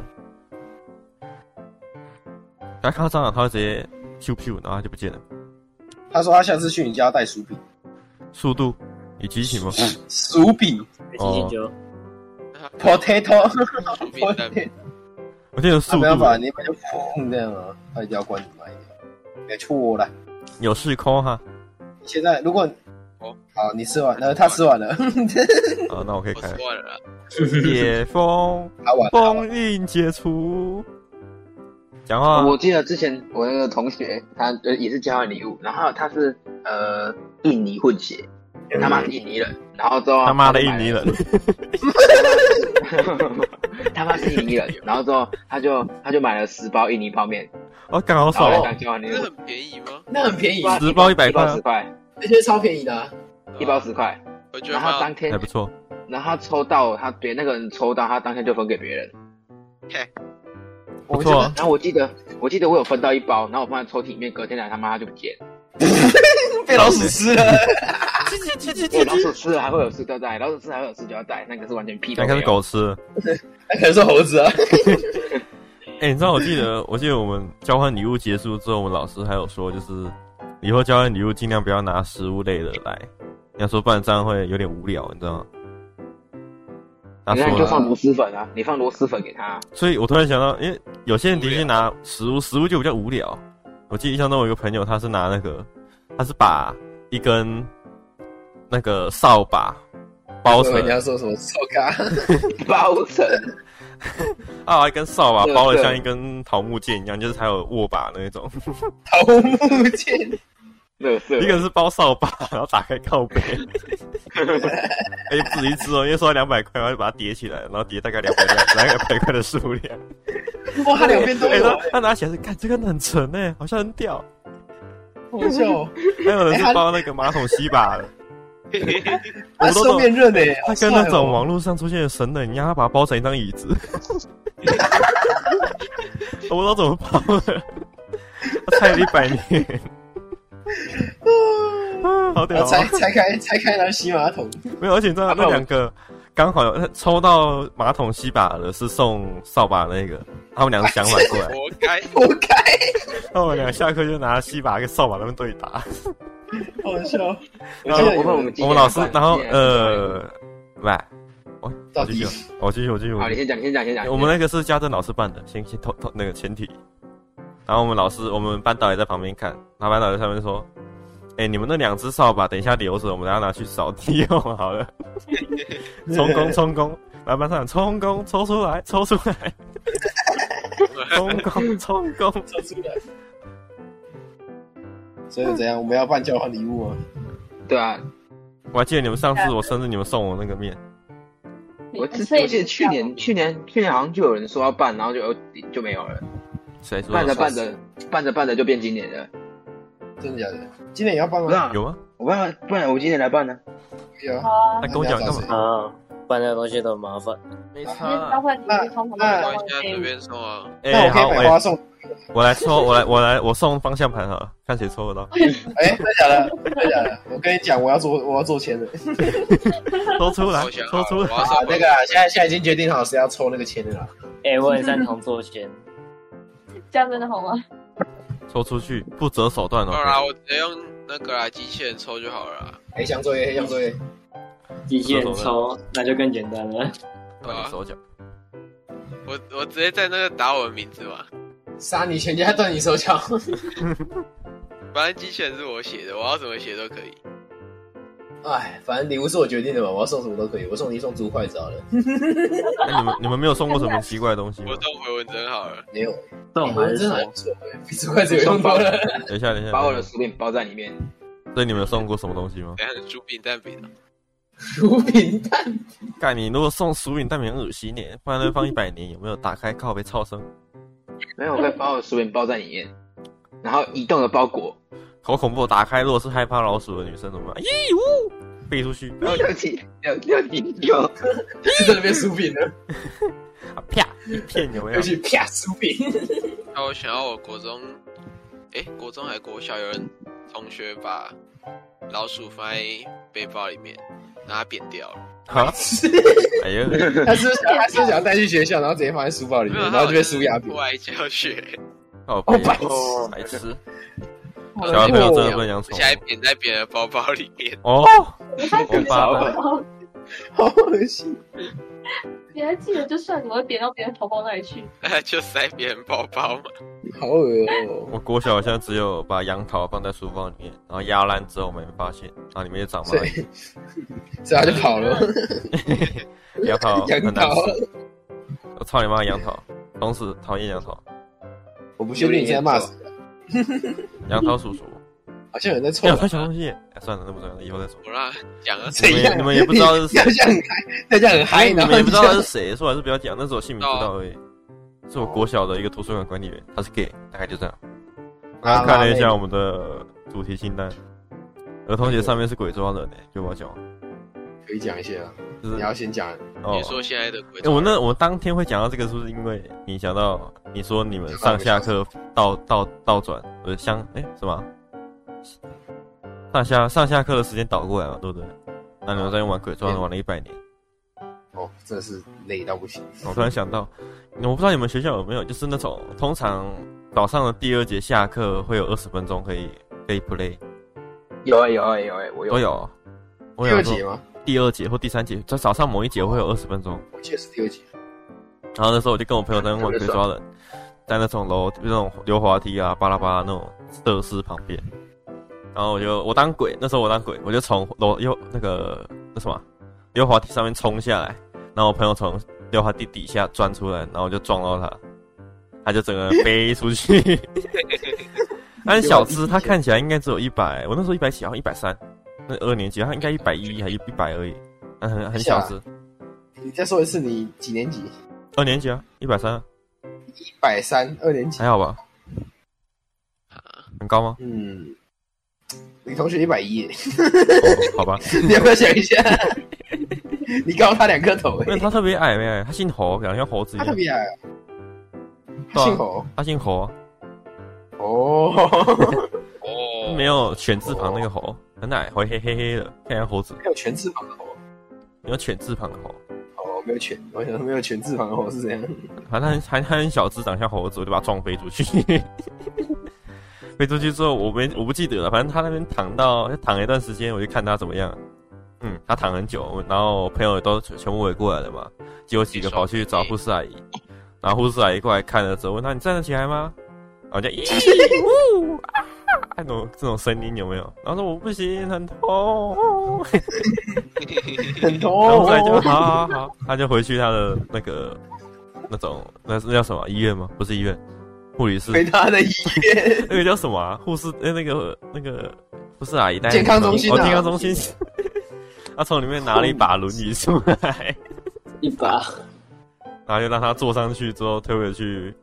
Speaker 1: 她看到蟑螂，她会直接咻咻，然后她就不见了。
Speaker 3: 她说她下次去你家要带薯饼，
Speaker 1: 速度，你提醒吗？
Speaker 3: 嗯
Speaker 2: 嗯
Speaker 1: 哦
Speaker 3: 薯饼
Speaker 6: 提醒就
Speaker 3: potato
Speaker 2: 薯饼蛋饼
Speaker 3: potato。
Speaker 1: 我记得有速
Speaker 3: 那没办法，
Speaker 1: 度啊
Speaker 3: 你们就砰这样啊，他一定要关你麦掉。没错啦，
Speaker 1: 有视啊空 哈。
Speaker 3: 现在如果
Speaker 2: 哦
Speaker 3: 好，你吃完，呃，他吃完了，
Speaker 1: 啊，那我可以
Speaker 2: 我
Speaker 1: 开
Speaker 2: 吃
Speaker 1: 了。
Speaker 2: 完了啦。
Speaker 3: 嗯
Speaker 1: 解封，
Speaker 3: 他完了，
Speaker 1: 封印解除。讲话
Speaker 7: 我记得之前我那个同学，他呃也是交换礼物，然后他是呃印尼混血，他妈是印尼人，然后之后
Speaker 1: 他妈的
Speaker 7: 就
Speaker 1: 印
Speaker 7: 买
Speaker 1: 尼
Speaker 7: 了
Speaker 1: 人，
Speaker 7: 他妈是印尼人，然后之后他就他就买了十包印尼泡面，
Speaker 1: 我干好
Speaker 7: 然后
Speaker 1: 爽
Speaker 7: 来
Speaker 1: 哦！
Speaker 7: 当交换礼
Speaker 2: 这
Speaker 7: 物，
Speaker 2: 很便宜吗？
Speaker 3: 那很便宜
Speaker 7: 哇
Speaker 1: 十包一百
Speaker 7: 一
Speaker 1: 块
Speaker 7: 包
Speaker 1: 啊
Speaker 7: 十，块，
Speaker 3: 而且超便宜的啊。
Speaker 7: 一包十块，
Speaker 2: 我觉得
Speaker 7: 然
Speaker 2: 蛮
Speaker 7: 后
Speaker 2: 好
Speaker 7: 当天
Speaker 1: 还不 错。
Speaker 7: 然后他抽到他别那个人抽到，他当天就分给别人。
Speaker 1: 不错啊
Speaker 7: 然后我记得我记得我有分到一包，然后我放在抽屉里面，隔天来他妈他就不见了，
Speaker 3: 被老鼠吃了，
Speaker 7: 因为老鼠吃了还会有塑胶袋，老鼠吃了还会有塑胶袋，那个是完全屁都
Speaker 1: 那
Speaker 7: 没
Speaker 1: 个是。狗
Speaker 7: 有
Speaker 1: 吃的。
Speaker 3: 那可能是猴子啊。
Speaker 1: 哎、你知道我记得，我记得我们交换礼物结束之后，我们老师还有说，就是以后交换礼物尽量不要拿食物类的来，你要说不然这样会有点无聊，你知道吗？拿
Speaker 7: 你看，
Speaker 1: 食
Speaker 7: 你
Speaker 1: 物
Speaker 7: 就
Speaker 1: 来，
Speaker 7: 放螺蛳粉啊，你放螺蛳粉给他，
Speaker 1: 所以我突然想到，因为有些人的确拿食物，食物就比较无聊。我记得印象中有一个朋友，他是拿那个，他是把一根那个扫把包成
Speaker 3: 人家说什么臭咖，
Speaker 7: 包成
Speaker 1: 啊，一根扫把
Speaker 7: 对
Speaker 1: 包的
Speaker 7: 对
Speaker 1: 像一根桃木剑一样，就是还有握把那一种。
Speaker 3: 桃木剑，
Speaker 7: 乐色。
Speaker 1: 一个 是包扫把，然后打开靠背，哎、不止一只哦，因为收到两百块，然后就把它叠起来，然后叠大概两百两百块的数量。
Speaker 3: 哇，他两边都
Speaker 1: 哎、
Speaker 3: 有
Speaker 1: 他，他拿起来是，看这个很沉哎、好像很屌。
Speaker 3: 好 笑。哦
Speaker 1: 还有
Speaker 3: 哎
Speaker 1: 人是包那个马桶吸把的，
Speaker 3: 他收面热呢，哦
Speaker 1: 他跟那种网络上出现的神人一样，他把它包成一张椅子。 我不知道怎么包的，他菜了一百年。啊好屌、哦！
Speaker 3: 拆拆开拆开然后洗马桶，
Speaker 1: 没有，而且你知道那两个刚好有抽到马桶吸把的是送扫把的那个，他们两个相反过来，
Speaker 2: 活该。
Speaker 3: 活该，
Speaker 1: 他们俩下课就拿吸把跟扫把他们对打。
Speaker 3: 好笑。哦我
Speaker 7: 然
Speaker 3: 记
Speaker 7: 后
Speaker 3: 得
Speaker 7: 我问我
Speaker 3: 有
Speaker 7: 们今
Speaker 1: 我们
Speaker 7: 天
Speaker 1: 老师
Speaker 7: 晚，
Speaker 1: 然
Speaker 7: 上
Speaker 1: 后
Speaker 7: 今天晚
Speaker 1: 呃，喂，我
Speaker 3: 到
Speaker 1: 我继
Speaker 3: 底
Speaker 1: 续，我继续，我继续，
Speaker 7: 上，
Speaker 1: 我继
Speaker 7: 好，
Speaker 1: 续。
Speaker 7: 你先讲，你先讲，你先讲。
Speaker 1: 我们那个是家政老师办的，先先偷偷那个前提，然后我们老师，我们班导也在旁边看，然后班导在上面说：“哎、你们那两只扫把等一下留着，我们等一下拿去扫地用好 了。”冲攻冲攻，来班上冲攻抽出来抽出来，冲攻冲攻，
Speaker 3: 抽出来。所以怎样？我们要办交换礼物啊！
Speaker 7: 对啊，
Speaker 1: 我还记得你们上次我生日，你们送我那个面，
Speaker 7: 我
Speaker 5: 你
Speaker 7: 之
Speaker 5: 所以
Speaker 7: 我记得去年去年去年好像就有人说要办，然后就就没有了，
Speaker 1: 谁说
Speaker 7: 办着
Speaker 1: 的？
Speaker 7: 办着办着办着就变今年了。
Speaker 3: 真的假的？今年也要办
Speaker 7: 不是
Speaker 3: 吗？
Speaker 7: 啊，
Speaker 1: 有吗？
Speaker 7: 我办了，不然我今年来办呢。
Speaker 3: 有啊。
Speaker 5: 啊，
Speaker 1: 那跟我讲干嘛？
Speaker 6: 啊，办那东西都很麻烦。
Speaker 1: 没
Speaker 5: 其实交
Speaker 1: 差。
Speaker 5: 换礼物通常都
Speaker 3: 那
Speaker 5: 是
Speaker 3: 那
Speaker 5: 交
Speaker 2: 玩
Speaker 5: 换
Speaker 2: 一下
Speaker 5: 礼
Speaker 2: 随
Speaker 5: 物。
Speaker 2: 便送啊，
Speaker 1: 哎、
Speaker 3: 那我可
Speaker 1: 好，
Speaker 3: 以
Speaker 1: 哎、
Speaker 3: 买花送，
Speaker 1: 我来抽，我来，我来，我送方向盘好了，看谁抽得到。
Speaker 3: 哎，真的假的？真的假的？我跟你讲，我要做，我要做签人。
Speaker 1: 抽出来
Speaker 2: 我想，好
Speaker 1: 抽
Speaker 2: 了
Speaker 1: 出来。
Speaker 2: 我要
Speaker 3: 啊
Speaker 2: 送，
Speaker 3: 那个啊现在现在已经决定好谁要抽那个签的了。
Speaker 6: 哎，我很擅长做钱，
Speaker 5: 这样真的好吗？
Speaker 1: 抽出去，不择手段
Speaker 2: 不
Speaker 1: 哦。
Speaker 2: 然啊我直接用那个啊机器人抽就好了啊，
Speaker 3: 黑箱作业，黑箱作业，
Speaker 6: 极限抽那就更简单了。
Speaker 2: 对
Speaker 1: 断你
Speaker 2: 吧？
Speaker 1: 手脚，
Speaker 2: 我我直接在那个打我的名字嘛，
Speaker 3: 杀你全家，断你手脚。
Speaker 2: 反正机器人是我写的，我要怎么写都可以。
Speaker 3: 哎，反正礼物是我决定的嘛，我要送什么都可以，我送你一送竹筷子好了。
Speaker 1: 那哎你们你们没有送过什么奇怪的东西吗
Speaker 2: 我？送回文真好了，
Speaker 3: 没有，
Speaker 6: 这种还是
Speaker 3: 真的
Speaker 6: 什
Speaker 3: 还
Speaker 6: 么
Speaker 3: 不错，哎比竹筷子有用多了。
Speaker 1: 等一下，等一下，
Speaker 7: 把我
Speaker 1: 等
Speaker 7: 的
Speaker 1: 一下
Speaker 7: 薯饼包在里面，
Speaker 1: 所以你们有送过什么东西吗？
Speaker 2: 等一下薯饼蛋饼啊，
Speaker 3: 竹饼 蛋，
Speaker 1: 干你如果送薯饼蛋饼很恶心呢，不然能放一百年有没有？打开靠背超声，
Speaker 7: 没有，我可以把我的薯饼包在里面，然后移动的包裹，
Speaker 1: 好恐怖！打开如果是害怕老鼠的女生怎么办？咦呜，飞出去，
Speaker 7: 然后要几要要几用，
Speaker 3: 就在那边薯饼了，
Speaker 1: 啊啪一片有没 有
Speaker 3: 又？去啪薯饼。
Speaker 2: 那我想要我国中，诶，国中还国小有人同学把老鼠放在背包里面，让它扁掉了，
Speaker 1: 哈，哎呀，
Speaker 3: 他是不是想他是不是想带去学校，然后直接放在书包里面，然后就被书压扁
Speaker 2: 过？来教学，
Speaker 1: 靠
Speaker 3: 哦
Speaker 1: 背，
Speaker 3: 白痴
Speaker 1: 白痴，
Speaker 2: 然
Speaker 1: 哦小
Speaker 2: 后
Speaker 1: 朋友真的
Speaker 2: 就
Speaker 1: 不能养宠
Speaker 2: 而且还
Speaker 1: 物
Speaker 2: 扁在别人的包包里面，
Speaker 1: 哦。
Speaker 5: 你还记
Speaker 1: 我爸爸
Speaker 5: 得，哦
Speaker 3: 好恶心！
Speaker 5: 你还记得，就算你会点到别人头包那里去，
Speaker 2: 就塞别人包包嘛。
Speaker 3: 好恶哦、
Speaker 1: 我国小好像只有把杨桃放在书包里面，然后压烂之后我们没发现，然后里面就长
Speaker 3: 所
Speaker 1: 蚂
Speaker 3: 以
Speaker 1: 蚁，
Speaker 3: 所以他就跑了。
Speaker 1: 啊杨桃
Speaker 3: 杨
Speaker 1: 很难
Speaker 3: 桃
Speaker 1: 吃。我操你妈的杨桃，从此讨厌杨桃，
Speaker 3: 我不确定你现在骂谁，
Speaker 1: 杨桃 叔叔。
Speaker 3: 好像有人在臭
Speaker 1: 哎，我。穿小东西，哎，算了，那不重要，以后再说。
Speaker 2: 我让他讲啊，
Speaker 3: 怎样？
Speaker 1: 你们也不知道 是谁
Speaker 3: 要这样很嗨，要这样很嗨，
Speaker 1: 你
Speaker 3: 然
Speaker 1: 们
Speaker 3: 后
Speaker 1: 也不知道他
Speaker 3: 你
Speaker 1: 是
Speaker 3: 就
Speaker 1: 谁，所以还是不要讲。那时候姓名知道而已，是我国小的一个图书馆管理员，他是 gay，大概就这样。
Speaker 3: 啊
Speaker 1: 看了一下我们的主题清单，儿童节上面是鬼抓人诶、就我讲，
Speaker 3: 可以讲一些啊，
Speaker 1: 就是
Speaker 3: 你要先讲
Speaker 1: 哦
Speaker 2: 你。说现在的鬼
Speaker 1: 哎，我那我当天会讲到这个，是不是因为你想到你说你们上下课倒倒倒转，呃，相哎什么？上下上下课的时间倒过来嘛，对不对？那你们在用玩鬼抓人玩了一百年。
Speaker 3: 哦，真的是累到不行。
Speaker 1: 我突然想到，我不知道你们学校有没有，就是那种通常早上的第二节下课会有二十分钟可以可以 play，
Speaker 7: 有哎有哎有哎，我
Speaker 1: 都
Speaker 7: 有，
Speaker 1: 有。哦我
Speaker 3: 第
Speaker 1: 想
Speaker 3: 二
Speaker 1: 说
Speaker 3: 集吗？
Speaker 1: 第二节或第三节，在早上某一节会有二十分钟。
Speaker 3: 我记得是第二集。
Speaker 1: 然后那时候我就跟我朋友在那边玩鬼抓人，在那种楼那种溜滑梯啊、巴拉巴拉那种设施旁边。然后我就我当鬼，那时候我当鬼，我就从楼溜那个那什么溜滑梯上面冲下来，然后我朋友从溜滑梯底下钻出来，然后我就撞到他，他就整个人飞出去。按小资他看起来应该只有一百，我那时候一百几，好像一百三，那二年级他应该一百一还一一百而已，嗯很很小资，
Speaker 3: 你再说一次，你几年级？
Speaker 1: 二年级啊，一百三
Speaker 3: 一百三，二年级。
Speaker 1: 还好吧？很高 吗？
Speaker 3: 嗯，你同学一百一，
Speaker 1: 哦，好吧，
Speaker 3: 你要不要想一下？ 你高他两个头、
Speaker 1: 因为
Speaker 3: 欸，
Speaker 1: 他特别矮没矮，他姓侯，感觉像猴子一
Speaker 3: 他特
Speaker 1: 样。
Speaker 3: 别矮、啊，
Speaker 1: 对
Speaker 3: 他
Speaker 1: 啊
Speaker 3: 姓侯
Speaker 1: 他姓侯啊，
Speaker 3: 哦，
Speaker 2: 哦，
Speaker 1: 没有犬字旁那个猴，很矮，灰黑黑黑的，看起来猴子，
Speaker 3: 没有全字旁的侯
Speaker 1: 没有犬字旁的猴。
Speaker 3: 哦，没有全，我想说没有全字旁的侯是怎样？
Speaker 1: 反正他很他很小只，长像猴子，我就把他撞飞出去。 飞出去之后，我没我不记得了，反正他那边躺到躺了一段时间，我就看他怎么样。嗯，他躺很久，我然后朋友也都全部围过来了嘛，结果几个跑去找护士阿姨，然后护士阿姨过来看了之后，问他你站得起来吗？然后就咦呜啊，那种这种声音有没有？然后说我不行，很痛。
Speaker 3: 很
Speaker 1: 然后后来就
Speaker 3: 哦，
Speaker 1: 好好好，他就回去他的那个那种那是那叫什么医院吗？不是医院，护理室
Speaker 3: 回他的医院，
Speaker 1: 那个叫什么啊？护士哎、那个那个不是阿姨带
Speaker 3: 健康中心啊
Speaker 1: 哦，健康中心。他从里面拿了一把轮椅出来，
Speaker 6: 一把，
Speaker 1: 然后又让他坐上去之后推回去，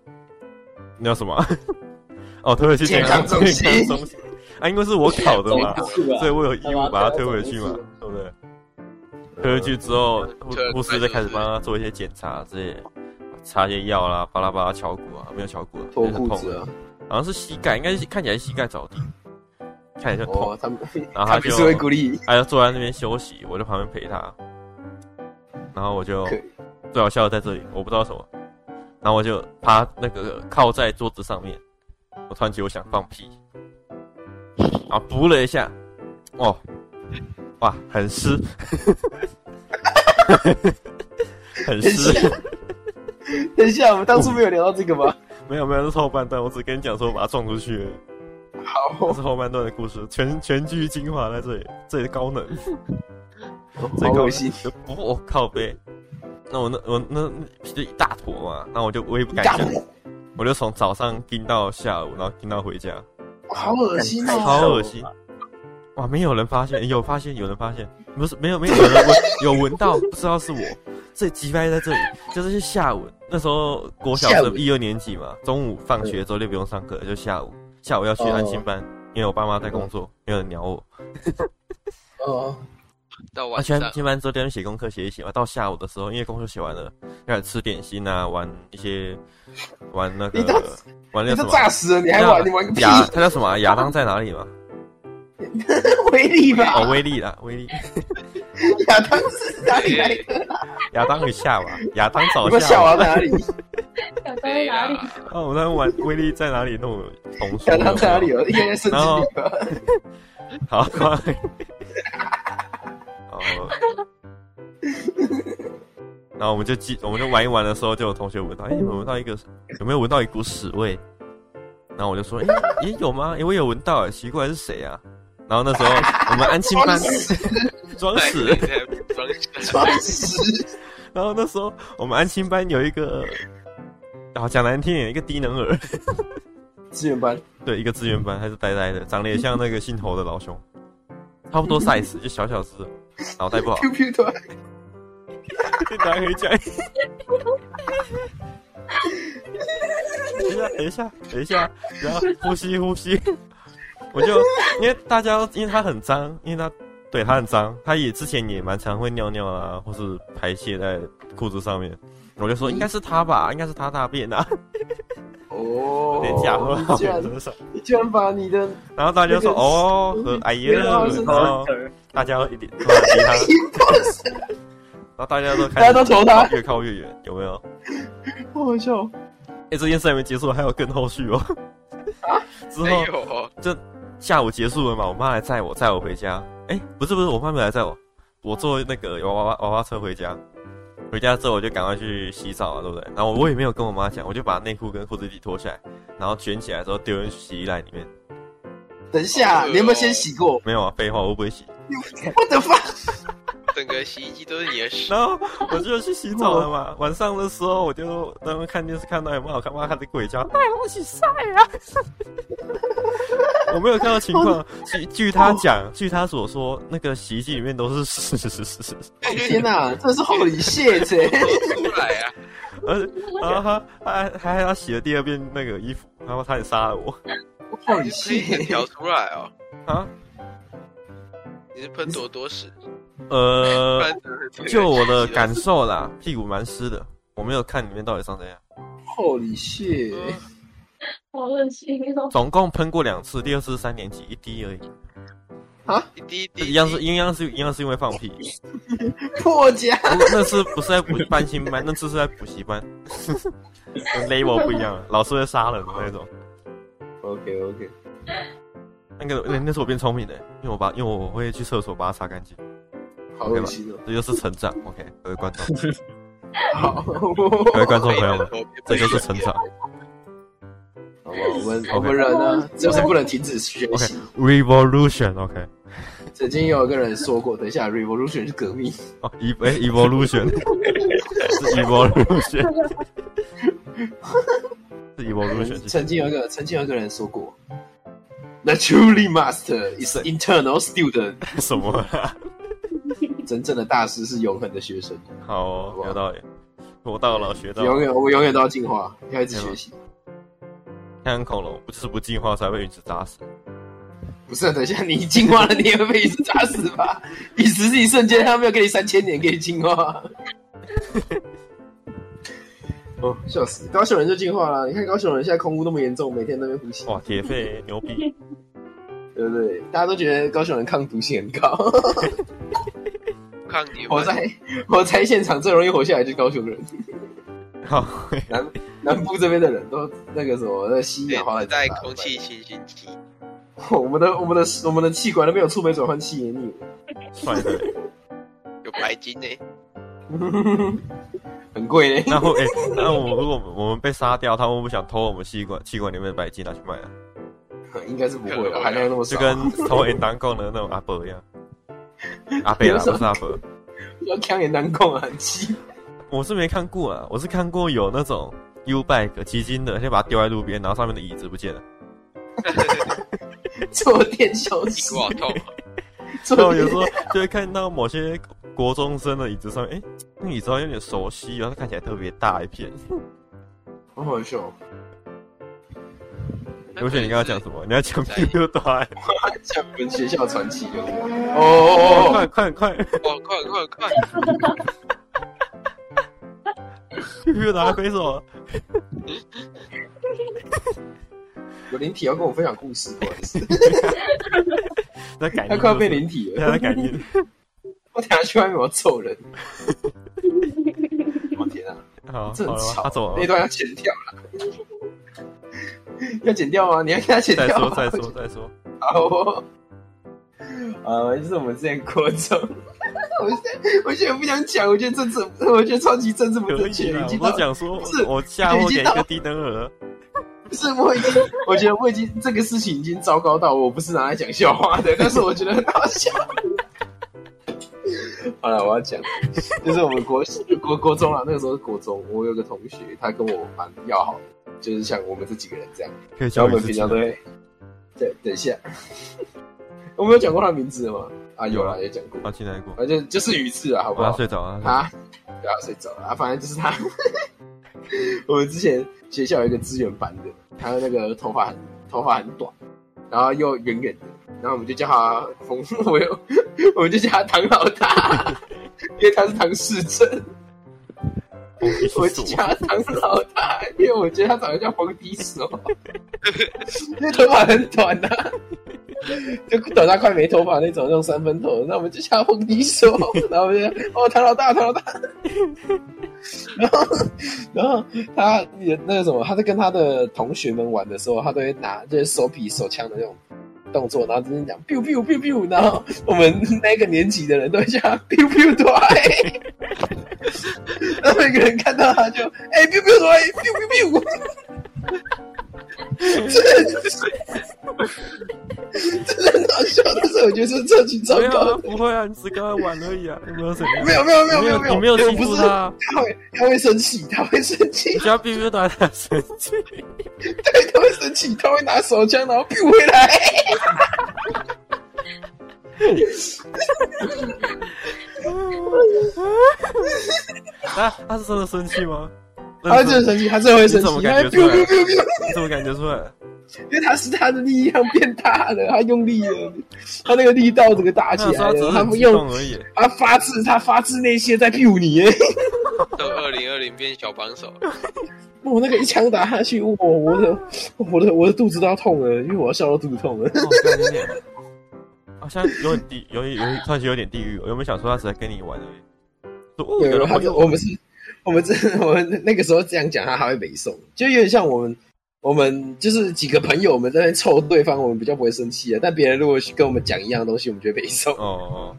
Speaker 1: 那叫什么？ 哦，推回去
Speaker 3: 健
Speaker 1: 康
Speaker 3: 康中 心
Speaker 1: 健康中心啊，因为是我考的 嘛，
Speaker 6: 总部啊
Speaker 1: 所以我有义务把它推回去嘛，对不对？推回去之后，护
Speaker 2: 推
Speaker 1: 护士再开始帮他做一些检查之类的，擦些药啦，巴拉巴拉敲骨啊，没有敲骨啊，
Speaker 3: 脱
Speaker 1: 就是
Speaker 3: 裤
Speaker 1: 痛
Speaker 3: 子啊！
Speaker 1: 好像是膝盖，应该是看起来是膝盖着地，看起来就痛啊
Speaker 3: 哦，，他们
Speaker 1: 然后
Speaker 3: 他
Speaker 1: 他
Speaker 3: 们
Speaker 1: 就是
Speaker 3: 会鼓励，
Speaker 1: 他就哎坐在那边休息，我在旁边陪他，然后我就
Speaker 3: 可以
Speaker 1: 最好笑的在这里，我不知道什么，然后我就趴那个靠在桌子上面，我突然觉得我想放屁，啊，噗了一下，哦，哇，很湿， 很湿，
Speaker 3: 等一下，我们当初没有聊到这个吗？
Speaker 1: 没有没有，这是后半段，我只跟你讲说我把它撞出去而已。这
Speaker 3: 好，
Speaker 1: 是后半段的故事，全全剧精华在这里，这里的高 能，最
Speaker 3: 好
Speaker 1: 高
Speaker 3: 恶
Speaker 1: 能
Speaker 3: 心，
Speaker 1: 不，我靠呗。那我那我那那皮就一大坨嘛，那我就我也不敢
Speaker 3: 大
Speaker 1: 讲，我就从早上盯到下午，然后盯到回家，
Speaker 3: 好恶心哦！
Speaker 1: 好恶心。哇，没有人发现，有发现，有人发现，不是没有没有有人闻 有闻到，不知道是我。最鸡掰在这里，就是去下午那时候国小
Speaker 3: 下午嗯
Speaker 1: 生一二年级嘛，中午放学之后就不用上课了，就下午下午要去安心班，因为我爸妈在工作，
Speaker 3: 嗯
Speaker 1: 没有人鸟我。
Speaker 3: 哦，
Speaker 2: 到
Speaker 1: 啊，
Speaker 2: 晚
Speaker 1: 去
Speaker 2: 上，
Speaker 1: 安心班之后，在那边写功课写一写嘛，到下午的时候，因为功课写完了，开始吃点心啊，玩一些玩那
Speaker 3: 你到
Speaker 1: 个玩那
Speaker 3: 你
Speaker 1: 个
Speaker 3: 都
Speaker 1: 什么
Speaker 3: 炸死了，你还玩？你玩个屁！
Speaker 1: 亚，他叫什么啊？亚当在哪里嘛？
Speaker 3: 威力吧？
Speaker 1: 哦，威力啦，威力。
Speaker 3: 亚当是哪里来
Speaker 1: 哎
Speaker 3: 的？
Speaker 1: 亚当与夏 娃，亚当找
Speaker 3: 你们
Speaker 1: 夏
Speaker 3: 小
Speaker 1: 娃
Speaker 3: 王。哪里？
Speaker 5: 想到
Speaker 2: 对啊
Speaker 5: 哪里？
Speaker 2: 啦，
Speaker 1: 哦，我在玩威力在哪里弄童书？
Speaker 3: 亚当在哪里
Speaker 1: 有
Speaker 3: 哦？应该是圣经里吧？
Speaker 1: 没有？好，快哦。然后我们就记，我们就玩一玩的时候，就有同学闻到，哎，你们闻到一个，有没有闻到一股屎味？然后我 就说，哎，也有吗？哎，我有闻到，哎，奇怪是谁啊？然后那时候我们安亲班 装死，
Speaker 2: 装死，
Speaker 3: 装 死！
Speaker 1: 然后那时候我们安亲班有一个，然后讲难听点，一个低能儿，
Speaker 3: 资源班，
Speaker 1: 对，一个资源班，还是呆呆的，长得也像那个姓侯的老兄，差不多 size，就小小只，脑袋不好，
Speaker 3: q q 团，
Speaker 1: 哪可以讲？等一下，等一下，等一下，然后呼吸呼吸，我就因为大家都因为他很脏，因为他对他很脏，他也之前也蛮常会尿尿啊，或是排泄在裤子上面，我就说应该是他吧，应该是他大便啊，
Speaker 3: 哦
Speaker 1: 有点假货，
Speaker 3: 你居然你居然把你的
Speaker 1: 然后大家就说
Speaker 3: 那个
Speaker 1: 哦，和哎呀，
Speaker 6: 啊
Speaker 3: 原来 是
Speaker 1: 然后大家 一点突然离他， 然后大家都开
Speaker 3: 大
Speaker 1: 始
Speaker 3: 家都投他
Speaker 1: 越靠越远，有没有？
Speaker 3: 好好笑哦，
Speaker 1: 哎、这件事还没结束，还有更后续哦。
Speaker 3: 啊
Speaker 1: 之后
Speaker 2: 哎呦，
Speaker 1: 下午结束了嘛，我妈来载我，载我回家。哎、不是不是，我妈没有来载我，我坐那个娃娃娃娃车回家。回家之后我就赶快去洗澡啊，对不对？然后我也没有跟我妈讲，我就把内裤跟裤子一起脱下来，然后卷起来之后丢进洗衣篮里面。
Speaker 3: 等一
Speaker 1: 哦
Speaker 3: 下，你有没有先洗过？
Speaker 1: 没有啊，废话，我不会洗。
Speaker 3: 我的妈！
Speaker 2: 整个洗衣机都是你的屎，
Speaker 1: 然后我就去洗澡了嘛。晚上的时候，我就在那边看电视，看到有没有好看，妈看的鬼叫，带我去晒啊！我没有看到情况。据据他讲，据他所说，那个洗衣机里面都是屎，
Speaker 3: 天哪，这是厚礼蟹耶！
Speaker 2: 都出来啊！
Speaker 1: 而然后他他还还还他洗了第二遍那个衣服，然后差点杀了我
Speaker 3: 厚礼
Speaker 2: 你是喷一
Speaker 3: 蟹，
Speaker 2: 条出来哦，
Speaker 1: 啊！
Speaker 2: 你是喷多多屎，不
Speaker 1: 呃，
Speaker 2: 然怎么会这个
Speaker 1: 就我的感
Speaker 2: 洗
Speaker 1: 受啦，屁股蛮湿的，我没有看里面到底长怎样。
Speaker 3: 厚礼蟹
Speaker 2: 衣，机
Speaker 5: 好恶心 哦！
Speaker 1: 总共喷过两次，第二次是三年级一滴而已，
Speaker 2: 一滴一滴
Speaker 1: 一样是一样是一样是因为放屁。
Speaker 3: 破家
Speaker 1: 不过那次不是在补班新班，那次是在补习班，level 不一样，老师会杀人的那种。
Speaker 3: ！OK OK，
Speaker 1: 那个那那是我变聪明的，因为我把因为我会去厕所把它擦干净，
Speaker 3: 好恶心哦！
Speaker 1: 这就是成长。OK，各位观众，
Speaker 3: 好，
Speaker 1: 各位观众朋友们，这就是成长。
Speaker 3: 好吧，我们
Speaker 1: OK
Speaker 3: 哦我们人呢，就是不能停止学习。
Speaker 1: Revolution OK，
Speaker 3: 曾经有一个人说过，等一下，revolution 是革命
Speaker 1: 哦，e 哎 evolution 是 evolution 是 evolution，
Speaker 3: 曾经有一个，曾经有一个人说过，the truly master is internal student。
Speaker 1: 什么啊？
Speaker 3: 这真正的大师是永恒的学生，
Speaker 1: 好
Speaker 3: 好不
Speaker 1: 哦，
Speaker 3: 好
Speaker 1: 有道理。活到老学到老，
Speaker 3: 永远我们永远都要进化，要一直学习。
Speaker 1: 看恐龙不就是不进化才会一直砸死？
Speaker 3: 不是，等一下你进化了，你也会被一直砸死吧？ 你只是一瞬间，他没有给你三千年给你进化。哦，笑死！高雄人就进化了，你看高雄人现在空污那么严重，每天都在呼吸，
Speaker 1: 哇，铁肺牛逼！
Speaker 3: 对不对？大家都觉得高雄人抗毒性很高。
Speaker 2: 看你们
Speaker 3: 火灾火灾现场最容易活下来就是高雄人，
Speaker 1: 好，
Speaker 3: 南南部这边的人都那个什么，那吸氧化
Speaker 2: 对
Speaker 3: 碳
Speaker 2: 在空气清新剂，
Speaker 3: 我们的我们的我们的气管都没有触媒转换器，你
Speaker 1: 帅的嘞。
Speaker 2: 有白 金呢、
Speaker 3: 很贵嘞。
Speaker 1: 那会，哎那我如果我们被杀掉，他们会不会想偷我们气管气管里面的白金拿去卖啊？
Speaker 3: 应该是不会吧？含量那么少，
Speaker 1: 就 跟
Speaker 3: 啊
Speaker 1: 偷 A 当供的那种阿伯一样，阿伯
Speaker 3: 有
Speaker 1: 啦，
Speaker 3: 什
Speaker 1: 不
Speaker 3: 么
Speaker 1: 是阿伯。
Speaker 3: 要强也难控啊，很气。
Speaker 1: 我是没看过啊，我是看过有那种 U bike 骑金的，先把它丢在路边，然后上面的椅子不见了，
Speaker 3: 坐垫消
Speaker 2: 屁
Speaker 3: 失
Speaker 2: 股，好痛哦、
Speaker 3: 坐
Speaker 1: 然后
Speaker 3: 垫
Speaker 1: 有时候就会看到某些国中生的椅子上面，哎、那椅子好像有点熟悉哦，它看起来特别大一片。
Speaker 3: 好好笑。
Speaker 1: 刘雪，你刚刚讲什么？你要讲 Q 短？
Speaker 3: 像我们学校传奇就是哦哦哦
Speaker 1: 快快快
Speaker 2: 哦，快快快！
Speaker 1: ！Q 短挥手，
Speaker 3: 哦，有灵体要跟我分享故事，不好意思，
Speaker 1: 在感
Speaker 3: 他
Speaker 1: 应，
Speaker 3: 快要被灵体
Speaker 1: 对，他
Speaker 3: 了，
Speaker 1: 在感应。
Speaker 3: 我等下去外面我要 揍人。我天啊，
Speaker 1: 好，
Speaker 3: 这
Speaker 1: 好
Speaker 3: 很
Speaker 1: 了吗，
Speaker 3: 吵，
Speaker 1: 他走
Speaker 3: 那
Speaker 1: 了吗。
Speaker 3: 段要剪掉了， 要剪掉吗？你要给他剪
Speaker 1: 再
Speaker 3: 掉
Speaker 1: 说
Speaker 3: 吗？
Speaker 1: 再说再说，
Speaker 3: 好哦。啊，就是我们之前国中， 我现在我现在不想讲，我觉得政治， 我觉得超级政治不
Speaker 1: 可
Speaker 3: 正
Speaker 1: 以
Speaker 3: 确，
Speaker 1: 啦
Speaker 3: 已。经
Speaker 1: 我
Speaker 3: 到
Speaker 1: 都讲说
Speaker 3: 不是，
Speaker 1: 我嫁祸给
Speaker 3: 已经
Speaker 1: 一
Speaker 3: 到
Speaker 1: 个低能儿，
Speaker 3: 不是，我已经，我觉得我已经这个事情已经糟糕到我不是拿来讲笑话 的，但是我觉得很好笑。好了，我要讲，就是我们国国国中啊，那个时候是国中，我有个同学，他跟我蛮要好的，就是像我们这几个人这样，
Speaker 1: 可以
Speaker 3: 然
Speaker 1: 教
Speaker 3: 后我
Speaker 1: 育
Speaker 3: 们
Speaker 1: 自
Speaker 3: 平
Speaker 1: 己
Speaker 3: 常。都会，对，等一下， 我们有讲过他的名字吗？啊，有啦，也讲过，
Speaker 1: 啊，进来过，
Speaker 3: 反正就是语次啊，好不
Speaker 1: 我要
Speaker 3: 好？
Speaker 1: 睡着啊。
Speaker 3: 啊，不要睡着了啊，反正就是他。 我们之前学校有一个资源班的，他的那个头发很头发很短，然后又圆圆的，然后我们就叫他冯， 我又我们就叫他唐老大， 因为他是唐世正，
Speaker 1: 必
Speaker 3: 我
Speaker 1: 须
Speaker 3: 就叫
Speaker 1: 锁
Speaker 3: 他唐老大，因为我觉得他长得像黄皮手， 因为头发很短呐、啊，就短到快没头发那种，那种三分头，那我们就叫他黄皮手， 然后我们就哦唐老大，唐 老大。然后，然后他也那个什么，他在跟他的同学们玩的时候，他都会拿就是手比手枪的那种动作，然后真的讲 biu biu biu biu，然后我们那个年级的人都会叫他 biu biu 对，然后每个人看到他就哎 biu biu 对，biu biu biu。真的很好笑，但是我觉得这这挺糟
Speaker 1: 没有
Speaker 3: 糕
Speaker 1: 啊，
Speaker 3: 的。
Speaker 1: 不会啊，你只刚刚玩而已啊，有没有怎样？
Speaker 3: 没有没有没有
Speaker 1: 你
Speaker 3: 没有没有，
Speaker 1: 你没有
Speaker 3: 我
Speaker 1: 欺
Speaker 3: 不
Speaker 1: 负
Speaker 3: 是
Speaker 1: 他啊，
Speaker 3: 他会他会生气，他会生气
Speaker 1: 你，只要必须打他生气。
Speaker 3: 对，他会生气，他会拿手枪然后逼回来。
Speaker 1: 啊，他是真的生气吗？
Speaker 3: 他真的生气，他真的会生
Speaker 1: 你怎么
Speaker 3: 气，哎
Speaker 1: 感
Speaker 3: 他
Speaker 1: 觉出
Speaker 3: 会，biu
Speaker 1: 来
Speaker 3: biu biu biu，
Speaker 1: 你怎么感觉出来？
Speaker 3: 因为他是他的力量变大了，他用力了，他那个力道整个
Speaker 1: 他
Speaker 3: 大起
Speaker 1: 想说他
Speaker 3: 来
Speaker 1: 只是
Speaker 3: 了，他
Speaker 1: 很
Speaker 3: 不
Speaker 1: 激
Speaker 3: 用
Speaker 1: 动而已。
Speaker 3: 他发自他发自内心地在 biu 你哎耶，
Speaker 2: 到二零二零变小帮手，
Speaker 3: 我那个一枪打下去，我我的我的我的肚子都要痛了，因为我要笑到肚子痛了。
Speaker 1: 哦，有点，好像有点地，有有有突然间有点地狱。我原本想说他只在跟你玩而已。说哦，有
Speaker 3: 对，
Speaker 1: 人
Speaker 3: 他
Speaker 1: 会
Speaker 3: 就
Speaker 1: 用
Speaker 3: 我们是，我们这我们那个时候这样讲，他还会北宋，就有点像我们我们就是几个朋友，我们在那边凑对方，我们比较不会生气啊。但别人如果去跟我们讲一样的东西，我们就会北宋。
Speaker 1: 哦，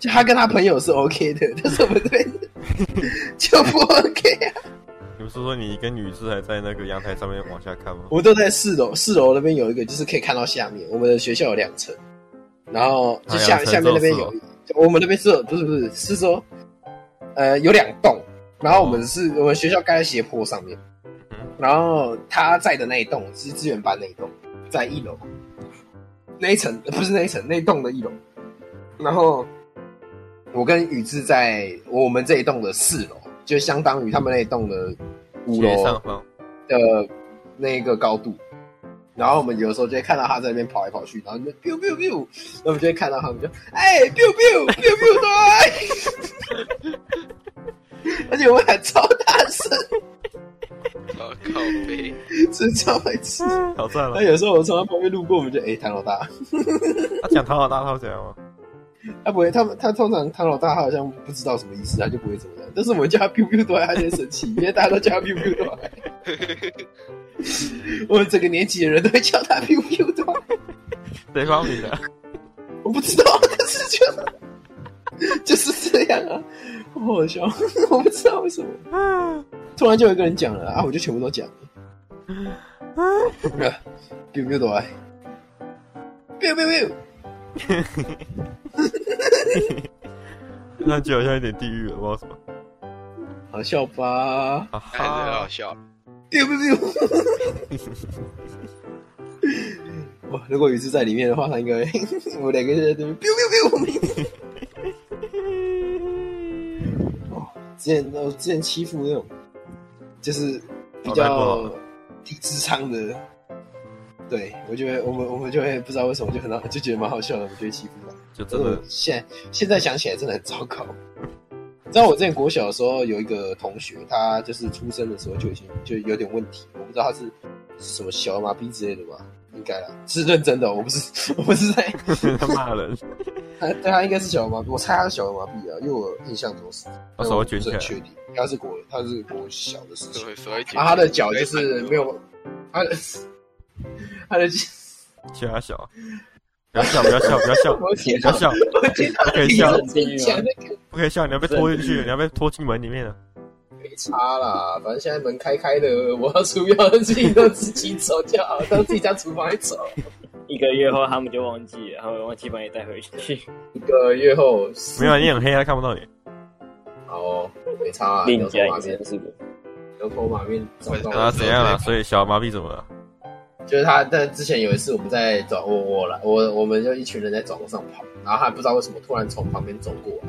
Speaker 3: 就他跟他朋友是 OK 的，但是我们这边就不 OK 啊。
Speaker 1: 哦你不是说你跟女士还在那个阳台上面往下看吗？
Speaker 3: 我们都在四楼，四楼那边有一个，就是可以看到下面。我们的学校有两层，然后就下、
Speaker 1: 啊两层
Speaker 3: 下面那边
Speaker 1: 只有
Speaker 3: 有，我们那边是有不是不是是说，呃，有两栋，然后我们是、我们学校盖在斜坡上面，
Speaker 1: 哦嗯
Speaker 3: 然后他在的那一栋是资源班那一栋，在一楼那一层呃不是那一层那一栋的一楼，然后我跟宇智在我们这一栋的四楼，就相当于他们那一栋的五
Speaker 1: 斜
Speaker 3: 楼
Speaker 1: 上方，
Speaker 3: 的那个高度。然后我们有的时候就会看到他在那边跑来跑去，然后就 biu biu biu，那我们就会看到他们就哎 biu biu biu biu 对， 而且我们还超大声，
Speaker 2: 哦靠背，
Speaker 3: 是超白痴。
Speaker 1: 好赞了
Speaker 3: 那。有时候我从他旁边路过，我们就哎唐老大，
Speaker 1: 他讲唐老大，他会怎样吗？
Speaker 3: 他不会，他们他通常唐老大他好像不知道什么意思，他就不会怎么样。但是我们叫他 biu biu 对，他就会生气，因为大家都叫他 biu biu 对。我们整个年级的人都会叫他 biu biu 对。
Speaker 1: 谁发明的？
Speaker 3: 我不知道，但是就就是这样啊，好好笑， 我不知道为什么，突然就有一个人讲了啊啊，我就全部都讲了，biu biu 多爱，biu biu biu，
Speaker 1: 那就好像有点地狱了，不知道什么。
Speaker 3: 好笑吧
Speaker 1: 啊
Speaker 2: 还是很好
Speaker 1: 哈，
Speaker 2: 笑。
Speaker 3: ，biu biu biu，哇，如果雨是在里面的话，他应该 会我们两个就在对面 biu biu biu，哦，之前我之前欺负那种就是比
Speaker 1: 脑袋
Speaker 3: 较
Speaker 1: 不好
Speaker 3: 低智商的，对我就会我们我们就会不知道为什么就很好就觉得蛮好笑的，我们就会欺负他。
Speaker 1: 就
Speaker 3: 真
Speaker 1: 真
Speaker 3: 的
Speaker 1: 的，
Speaker 3: 现现在想起来真的很糟糕。你知道我之前国小的时候有一个同学，他就是出生的时候就已经就有点问题，我不知道他是什么小儿麻痹之类的吧，应该啦，是认真的哦，我不是 我不是在，
Speaker 1: 他 骂人，
Speaker 3: 他哎对啊他应该是小儿麻痹，我猜他是小儿麻痹啊，因为我印象中是，
Speaker 1: 把哦
Speaker 3: 但
Speaker 1: 手
Speaker 3: 我
Speaker 1: 会卷
Speaker 3: 不
Speaker 1: 起
Speaker 3: 是很
Speaker 1: 来。
Speaker 3: 确定，他是国他是国小的事情，啊
Speaker 2: 对，所以
Speaker 3: 然后他的脚就是没有，他的他的
Speaker 1: 其他小，不要笑，不要笑，不要笑，
Speaker 3: 我天
Speaker 1: 不要笑，
Speaker 3: 我听到
Speaker 1: 不可以
Speaker 3: 你
Speaker 1: 笑，
Speaker 6: 啊
Speaker 3: 真讲那个。
Speaker 1: 不可以笑，你要被拖进去，你要被拖进门里面了。啊
Speaker 3: 没差啦，反正现在门开开的，我要出要自己都自己走就好，到自己家厨房里走。
Speaker 6: 一个月后他们就忘记了，他们忘记把你带回 去，
Speaker 3: 一个月后，
Speaker 1: 没有，你很黑，他看不 到你。啊
Speaker 3: 好哦，没差啊，
Speaker 6: 另
Speaker 3: 牛
Speaker 6: 一家
Speaker 3: 头
Speaker 6: 也
Speaker 3: 马
Speaker 6: 是
Speaker 3: 面，
Speaker 6: 是的。
Speaker 3: 牛头马面找到
Speaker 1: 啊，
Speaker 3: 了。
Speaker 1: 怎样啊？所以小麻痹怎么了？
Speaker 3: 就是他，但之前有一次我们在转我我来我我们就一群人在转弯上跑，然后他不知道为什么突然从旁边走过来，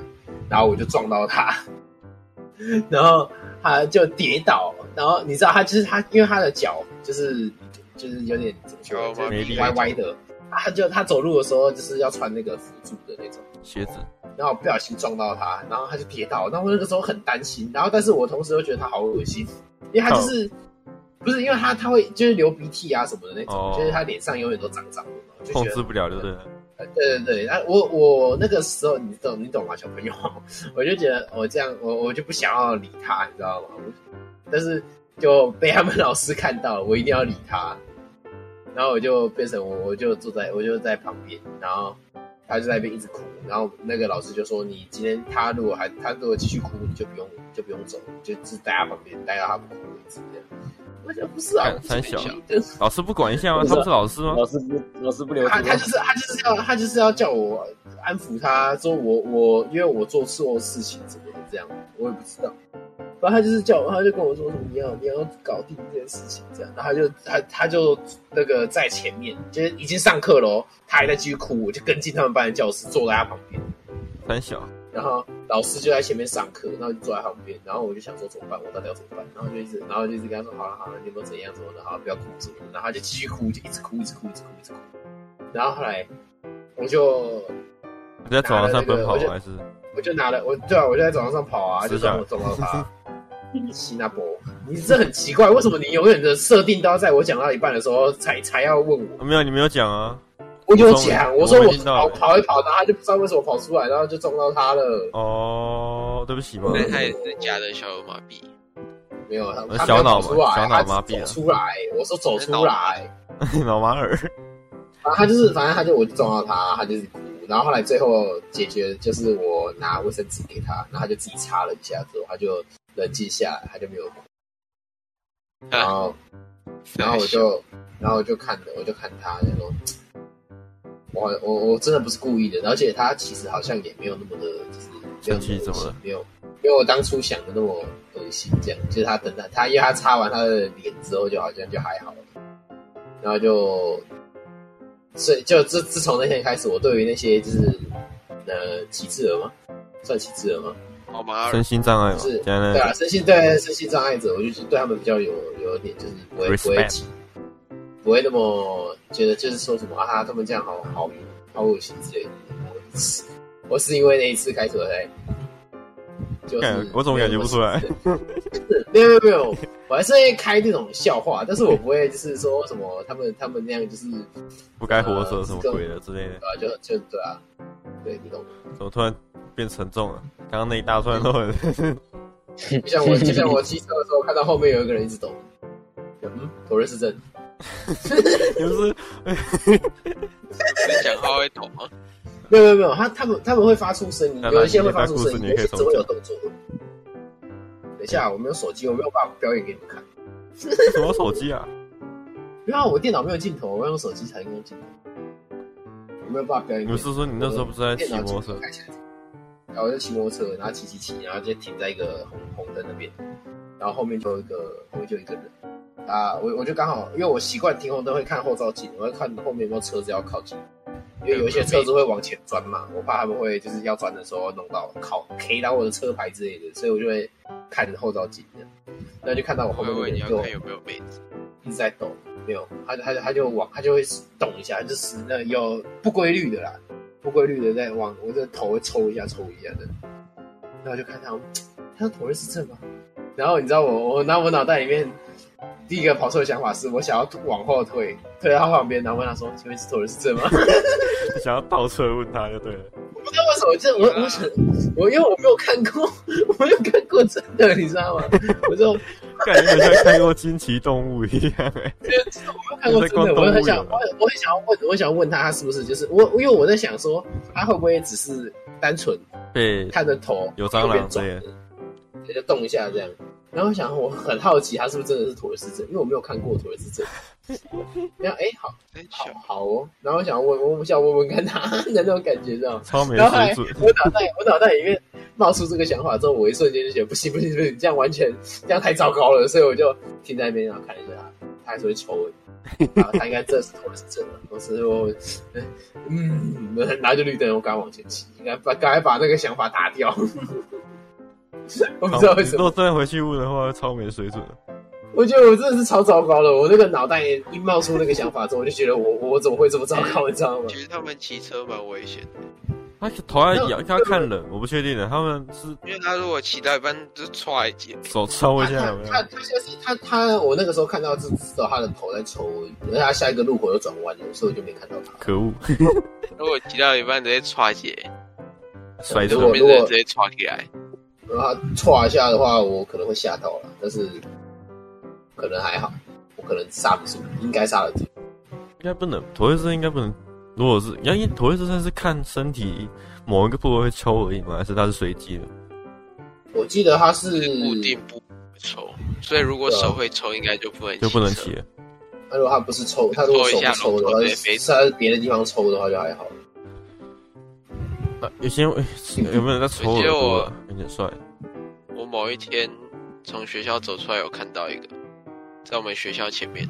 Speaker 3: 然后我就撞到他，然后他就跌倒，然后你知道他就是他，因为他的脚就是就是有点怎么说，
Speaker 2: 哦
Speaker 1: 没力
Speaker 3: 歪歪的，他就他走路的时候就是要穿那个辅助的那种。
Speaker 1: 鞋子，
Speaker 3: 然后不小心撞到他，然后他就跌倒。然后我那个时候很担心，然后但是我同时又觉得他好恶心，因为他就是、不是因为他他会就是流鼻涕啊什么的那种，
Speaker 1: 哦
Speaker 3: 就是他脸上永远都长长的，就
Speaker 1: 控
Speaker 3: 觉
Speaker 1: 制
Speaker 3: 得
Speaker 1: 不了，对不对？
Speaker 3: 呃对对对。那我我那个时候你懂你懂吗，小朋友？ 我就觉得我这样我我就不想要理他，你知道吗？我但是就被他们老师看到了，我一定要理他。然后我就变成我，我就坐在我就在旁边，然后他就在那边一直哭，然后那个老师就说：“你今天他如果还他如果继续哭，你就不用就不用走，你就只待在旁边，待到他不哭为止。”这样，我想不是啊，我不是
Speaker 1: 三
Speaker 3: 很
Speaker 1: 小
Speaker 3: 就是
Speaker 1: 老师不管一下吗？他不是老师吗
Speaker 6: 老？师不，老师不留
Speaker 3: 他
Speaker 6: 情
Speaker 3: 他就是他就是要他就是要叫我安抚他，说我我因为我做错事情怎么的这样，我也不知道。然后他就是叫我，他就跟我说什么你要你要搞定这件事情这样，然后他就他他就那个在前面，就是已经上课了哦，他还在继续哭，我就跟进他们班的教室，坐在他旁边。
Speaker 1: 三小，
Speaker 3: 然后老师就在前面上课，然后就坐在旁边，然后我就想说怎么办，我到底要怎么办？然后就一直，然后就一直跟他说好了好了，你有没有怎样什么的，好不要哭什么的，然后他就继续哭，就一直哭一直哭一直哭一直哭，然后后来我就
Speaker 1: 你在走廊上奔跑吗还是？
Speaker 3: 我就拿了我对啊，我就在走廊上跑啊，就
Speaker 1: 私下
Speaker 3: 让我撞到他。 西纳博，你这很奇怪，为什么你永远的设定都要在我讲到一半的时候才才要问我？
Speaker 1: 哦没有，你没有讲啊。
Speaker 3: 我就讲，我说
Speaker 1: 我
Speaker 3: 我
Speaker 1: 们听到了
Speaker 3: 跑跑一跑，然后他就不知道为什么跑出来，然后就撞到他了。
Speaker 1: 哦，对不起嘛
Speaker 2: 所，哎以他也是假的小儿麻痹，
Speaker 3: 没有，
Speaker 1: 呃
Speaker 3: 他他
Speaker 1: 小脑
Speaker 3: 没有走出来，
Speaker 1: 嘛小脑
Speaker 3: 他
Speaker 1: 麻痹了
Speaker 3: 走出来，我说走出来，
Speaker 1: 老马尔。
Speaker 3: 然后他就是，反正他就我就撞到他，他就是哭，然后后来最后解决就是我拿卫生纸给他，然后他就自己擦了一下之后，他就冷静下来，他就没有哭，然后然后我就，然后我就看，我就看他，然后我我我真的不是故意的，而且他其实好像也没有那么的，就是没有
Speaker 1: 生气怎
Speaker 3: 那么恶
Speaker 1: 么
Speaker 3: 心
Speaker 1: 了
Speaker 3: 没有没有我当初想的那么恶心，这样就是他等他他，因为他擦完他的脸之后，就好像就还好了，然后就，所以就自自从那天开始，我对于那些就是呃几次了吗？算歧视了吗？
Speaker 2: 好麻
Speaker 1: 身心障碍嘛，
Speaker 3: 就是
Speaker 1: 现在
Speaker 3: 对啊，身心对身心障碍者，我就是对他们比较有有一点就是不会不会
Speaker 1: Respect
Speaker 3: 不会那么觉得就是说什么啊，他们这样好好好恶心之类的。我是我是因为那一次开除的才，就是
Speaker 1: 感我怎么感觉不出来
Speaker 3: 没有没有没有，我还是会开这种笑话，但是我不会就是说什么他们他们那样就是
Speaker 1: 不该活
Speaker 3: 呃
Speaker 1: 着什么鬼的之类的
Speaker 3: 对，吧？就就对啊，对你懂。
Speaker 1: 怎么突然变沉重了？刚刚那一大串都 很，
Speaker 3: 就像我，就像我骑车的时候，看到后面有一个人一直抖，嗯，我认识真，
Speaker 1: 就是
Speaker 2: 你讲话会啊抖吗？
Speaker 3: 没有没有没有，他他们他们会发出声音，
Speaker 1: 那那
Speaker 3: 有一些会发出声音，
Speaker 1: 你
Speaker 3: 有
Speaker 1: 那故事
Speaker 3: 一些
Speaker 1: 你可以
Speaker 3: 只会有动作。等一下，我没有手机，我没有办法表演给你们看。
Speaker 1: 什么手机啊？
Speaker 3: 没有啊，我电脑没有镜头，我要用手机才能用镜头，我没有办法表演
Speaker 1: 你不
Speaker 3: 给们看。
Speaker 1: 是说你那时候不是在骑摩托
Speaker 3: 我的电脑镜头
Speaker 1: 车？
Speaker 3: 开起来然后我就骑摩托车，然后骑骑骑，然后就停在一个红红灯那边，然后后面就有一个后面就有一个人，啊，我我就刚好，因为我习惯停红灯会看后照镜，我会看后面有没有车子要靠近，因为有一些车子会往前钻嘛，我怕他们会就是要钻的时候弄到靠 K 到我的车牌之类的，所以我就会看后照镜的，那就看到我后
Speaker 2: 我以为
Speaker 3: 面那个
Speaker 2: 你
Speaker 3: 人
Speaker 2: 要
Speaker 3: 就
Speaker 2: 看有没有妹子，
Speaker 3: 一直在抖，没有，他他他就往他就会动一下，就是那有不规律的啦，不规律的在往我的头会抽一下抽一下的，然后我就看他，我他的头是这吗？然后你知道我我那我脑袋里面第一个跑出的想法是我想要往后退，退到他旁边，然后问他说：“请问是头是这 吗？”
Speaker 1: 你想要倒车问他就对了。
Speaker 3: 不知道为什么，这啊我我想我因为我没有看过，我没有看过真的，你知道吗？我就
Speaker 1: 感觉很像看过惊奇动物一 样、欸，
Speaker 3: 我看过真的，我很想，我很我很想要问，我很想要问他，他是不是就是我？因为我在想说，他会不会只是单纯
Speaker 1: 被
Speaker 3: 他的头
Speaker 1: 有蟑螂之
Speaker 3: 转
Speaker 1: 类的，
Speaker 3: 也就动一下这样。然后我想，我很好奇，他是不是真的是妥瑞氏症？因为我没有看过妥瑞氏症。然后哎，好
Speaker 2: 真巧
Speaker 3: 好。好哦。然后我想问，我想问问看他 的那种感觉，知道吗？
Speaker 1: 超没
Speaker 3: 然后后来
Speaker 1: 水准。
Speaker 3: 我脑袋我脑袋里面冒出这个想法之后，我一瞬间就觉得不行不行不行，这样完全这样太糟糕了，所以我就停在那边然后看一下他，他还是会抽我。然后他应该这是头是真的，我是我，嗯，然后就绿灯，我赶快往前骑，应该把赶快把那个想法打掉。 我不知道为什
Speaker 1: 如
Speaker 3: 么，
Speaker 1: 果真的回去问的话，超没水准。
Speaker 3: 我觉得我真的是超糟糕了。我那个脑袋一冒出那个想法之后，我就觉得我我我怎么会这么糟糕，你知道吗？
Speaker 2: 其实他们骑车蛮危险的，
Speaker 1: 他头还摇，他看人，我不确定啊的，他们是
Speaker 2: 因为他如果骑到一半就踹一截，
Speaker 1: 手抽一
Speaker 3: 他
Speaker 1: 下有没有
Speaker 3: 他？他现在是他他，我那个时候看到是知道他的头在抽，而且他下一个路口又转弯了，所以我就没看到他。
Speaker 1: 可恶，
Speaker 2: 如果骑到一半直接踹一截，
Speaker 1: 摔
Speaker 3: 如
Speaker 1: 车
Speaker 3: 果
Speaker 2: 后面的人直接踹起来，
Speaker 3: 然后他歘一下的话，我可能会吓到了，但是可能还好，我可能刹不住，应该刹得住。
Speaker 1: 应该不能，头一次应该不能。如果是，因为头一次算是看身体某一个部位会抽而已嘛，还是他是随机的？
Speaker 3: 我记得他是
Speaker 2: 是固定不抽，所以如
Speaker 3: 啊
Speaker 2: 果手会抽，应该就不能
Speaker 1: 就不能
Speaker 2: 车
Speaker 1: 骑。了。
Speaker 3: 他如果他不是抽，他如果手不抽的
Speaker 2: 抽一下龙头
Speaker 3: 话，他
Speaker 2: 对没
Speaker 3: 是他在别的地方抽的话就还好。
Speaker 1: 那有些人哎有没有人在抽耳朵 啊？有点帅，
Speaker 2: 我某一天从学校走出来，有看到一个在我们学校前 面，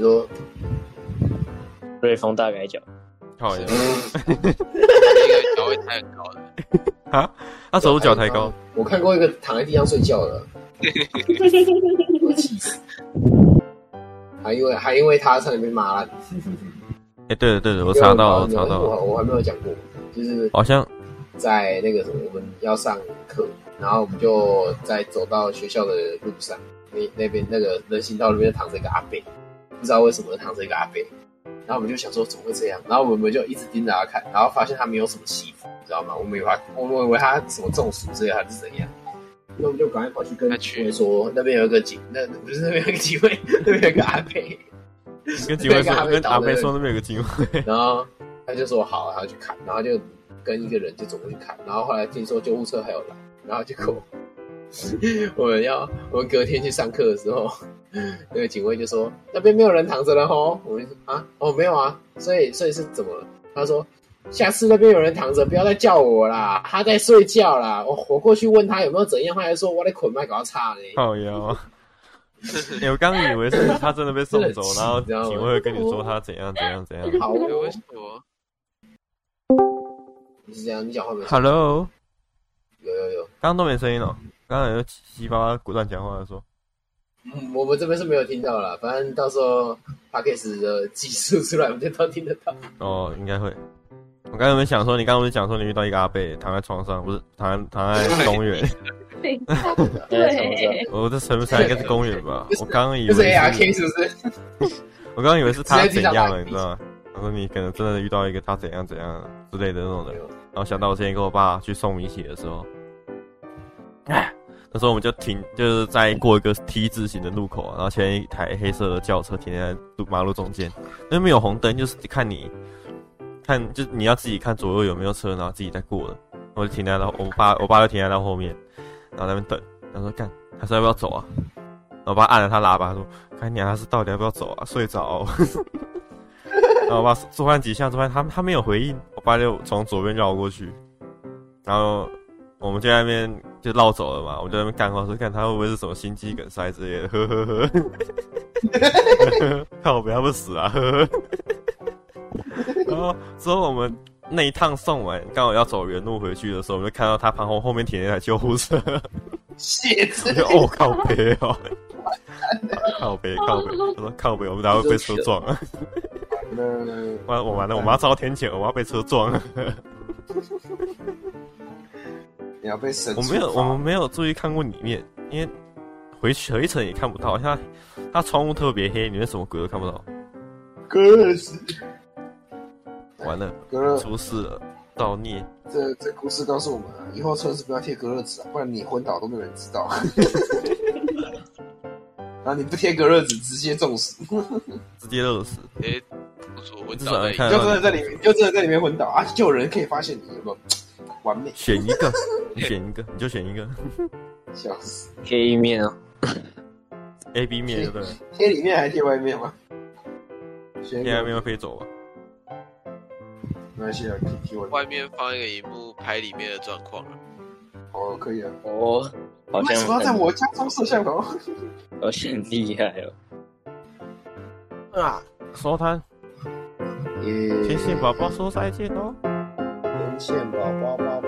Speaker 3: 说
Speaker 6: 瑞丰大改脚，
Speaker 1: 靠一下，
Speaker 2: 那个脚会抬很高的，
Speaker 1: 他手脚抬高，，
Speaker 3: 嗯我看过一个躺在地上睡觉的，我气死。还因为还因为他差点被骂烂。
Speaker 1: 哎，对的对的，我查到了，我查到
Speaker 3: 我
Speaker 1: 了，
Speaker 3: 还我还没有讲过，就是
Speaker 1: 好像
Speaker 3: 在那个什么，我们要上课，然后我们就在走到学校的路上，那那边那个人行道那边躺着一个阿伯，不知道为什么躺着一个阿伯，然后我们就想说怎么会这样，然后我们就一直盯着他看，然后发现他没有什么起伏，你知道吗？我们以为他我们以为他什么中暑之类还是怎样。那我们就赶快跑去跟
Speaker 2: 他去
Speaker 3: 警卫说，那边有一个警，那不是那边有一个警卫，那边有一个阿伯，
Speaker 1: 跟警卫说，跟阿贝说那边有个警卫，
Speaker 3: 然后他就说好，他去看，然后就跟一个人就走过去看，然后后来听说救护车还有来，然后结果我们要我们隔天去上课的时候，那个警卫就说那边没有人躺着了吼，我们就说啊哦没有啊，所以所以是怎么了？他说。下次那边有人躺着，不要再叫我啦，他在睡觉啦。我我过去问他有没有怎样，他还说我在捆麦搞他叉 嘞。
Speaker 1: 靠腰。啊哎，我刚以为是他真的被送走，然后警卫会跟你说他怎样怎样怎样。
Speaker 3: 好
Speaker 2: 哎
Speaker 3: 哦，
Speaker 2: 为什么？
Speaker 3: 你是这样，你讲话没有？
Speaker 1: Hello，刚刚都没声音了，哦刚刚有七七八八鼓掌讲话的说，
Speaker 3: 嗯，我们这边是没有听到啦，反正到时候 p a c k a g e 的技术出来，我们就都听得到。
Speaker 1: 哦，应该会。我刚才有没有想说，你刚刚不是讲说你遇到一个阿贝躺在床上，不是躺躺在公园？
Speaker 5: 对
Speaker 6: 对
Speaker 5: 对，
Speaker 1: 我这成不上应该是公园吧？我刚刚以
Speaker 3: 就是
Speaker 1: 为
Speaker 3: ARK 是不是？
Speaker 1: 我刚刚以为是他
Speaker 3: 直接
Speaker 1: 怎
Speaker 3: 去打
Speaker 1: 样
Speaker 3: 打
Speaker 1: 了，你知道吗？我说你可能真的遇到一个他 怎样怎样之类的那种人
Speaker 3: 没有，
Speaker 1: 然后想到我之前跟我爸去送米血的时候，哎，那时候我们就停，就是在过一个 T 字形的路口啊，然后前面一台黑色的轿车停在路马路中间，那没有红灯，就是看你看，就是你要自己看左右有没有车，然后自己再过的。我就停在了，我 爸我爸就停在他后面，然后在那边等，他说干，他说要不要走啊？然后我爸按了他喇叭说，干娘他是到底要不要走啊？睡着哦、然后我爸做饭几下之后，他他没有回应，我爸就从左边绕过去，然后我们就在那边就绕走了嘛，我就在那边干话说，看他会不会是什么心肌梗塞之类的，呵呵 呵，看我不要不死啊，呵呵。然后之后我们那一趟送完，刚好要走原路回去的时候，我们就看到他旁后后面停了一台救护车，
Speaker 3: 谢
Speaker 1: 我
Speaker 3: 子，
Speaker 1: 就哦靠北哦， 靠北靠北，我说靠北，我们等下会被车撞啊。
Speaker 3: 那
Speaker 1: 完我完了，我们要遭天谴，我要被车撞了。
Speaker 3: 你要被神
Speaker 1: 我没有，我们没有注意看过里面，因为回去回程也看不到，像它它窗户特别黑，里面什么鬼都看不到。
Speaker 3: 哥死
Speaker 1: 完了，
Speaker 3: 哥了，
Speaker 1: 出事了，造孽！
Speaker 3: 这这故事告诉我们啊，以后车子不要贴隔热纸啊，不然你昏倒都没有人知 道。然后你不贴隔热纸，直接中暑，
Speaker 1: 直接热死。
Speaker 2: 诶，不足我
Speaker 1: 至
Speaker 2: 找
Speaker 1: 少
Speaker 2: 了
Speaker 1: 要
Speaker 2: 一
Speaker 1: 看
Speaker 3: 就真的在里面，就真的在里面昏倒啊！就有人可以发现你，有没有？完美，
Speaker 1: 选一个，你选一个，你就选一个
Speaker 3: 笑死！
Speaker 4: 黑一面哦，
Speaker 1: A、B 面，对不对？
Speaker 3: 贴里面还贴外面吗？贴
Speaker 1: A、B 面可以走吧？
Speaker 3: 没关系啊，可以贴外面。
Speaker 2: 外面放一个荧幕拍里面的状况了。
Speaker 3: 哦，可以啊。
Speaker 4: 哦，好
Speaker 3: 为什么
Speaker 4: 像
Speaker 3: 要在
Speaker 4: 很
Speaker 3: 我家装摄像头？
Speaker 4: 好像很厉害哦。
Speaker 3: 啊，
Speaker 1: 收摊，
Speaker 3: 耶！
Speaker 1: 天线宝宝说再见喽。
Speaker 3: 天线宝宝，宝宝。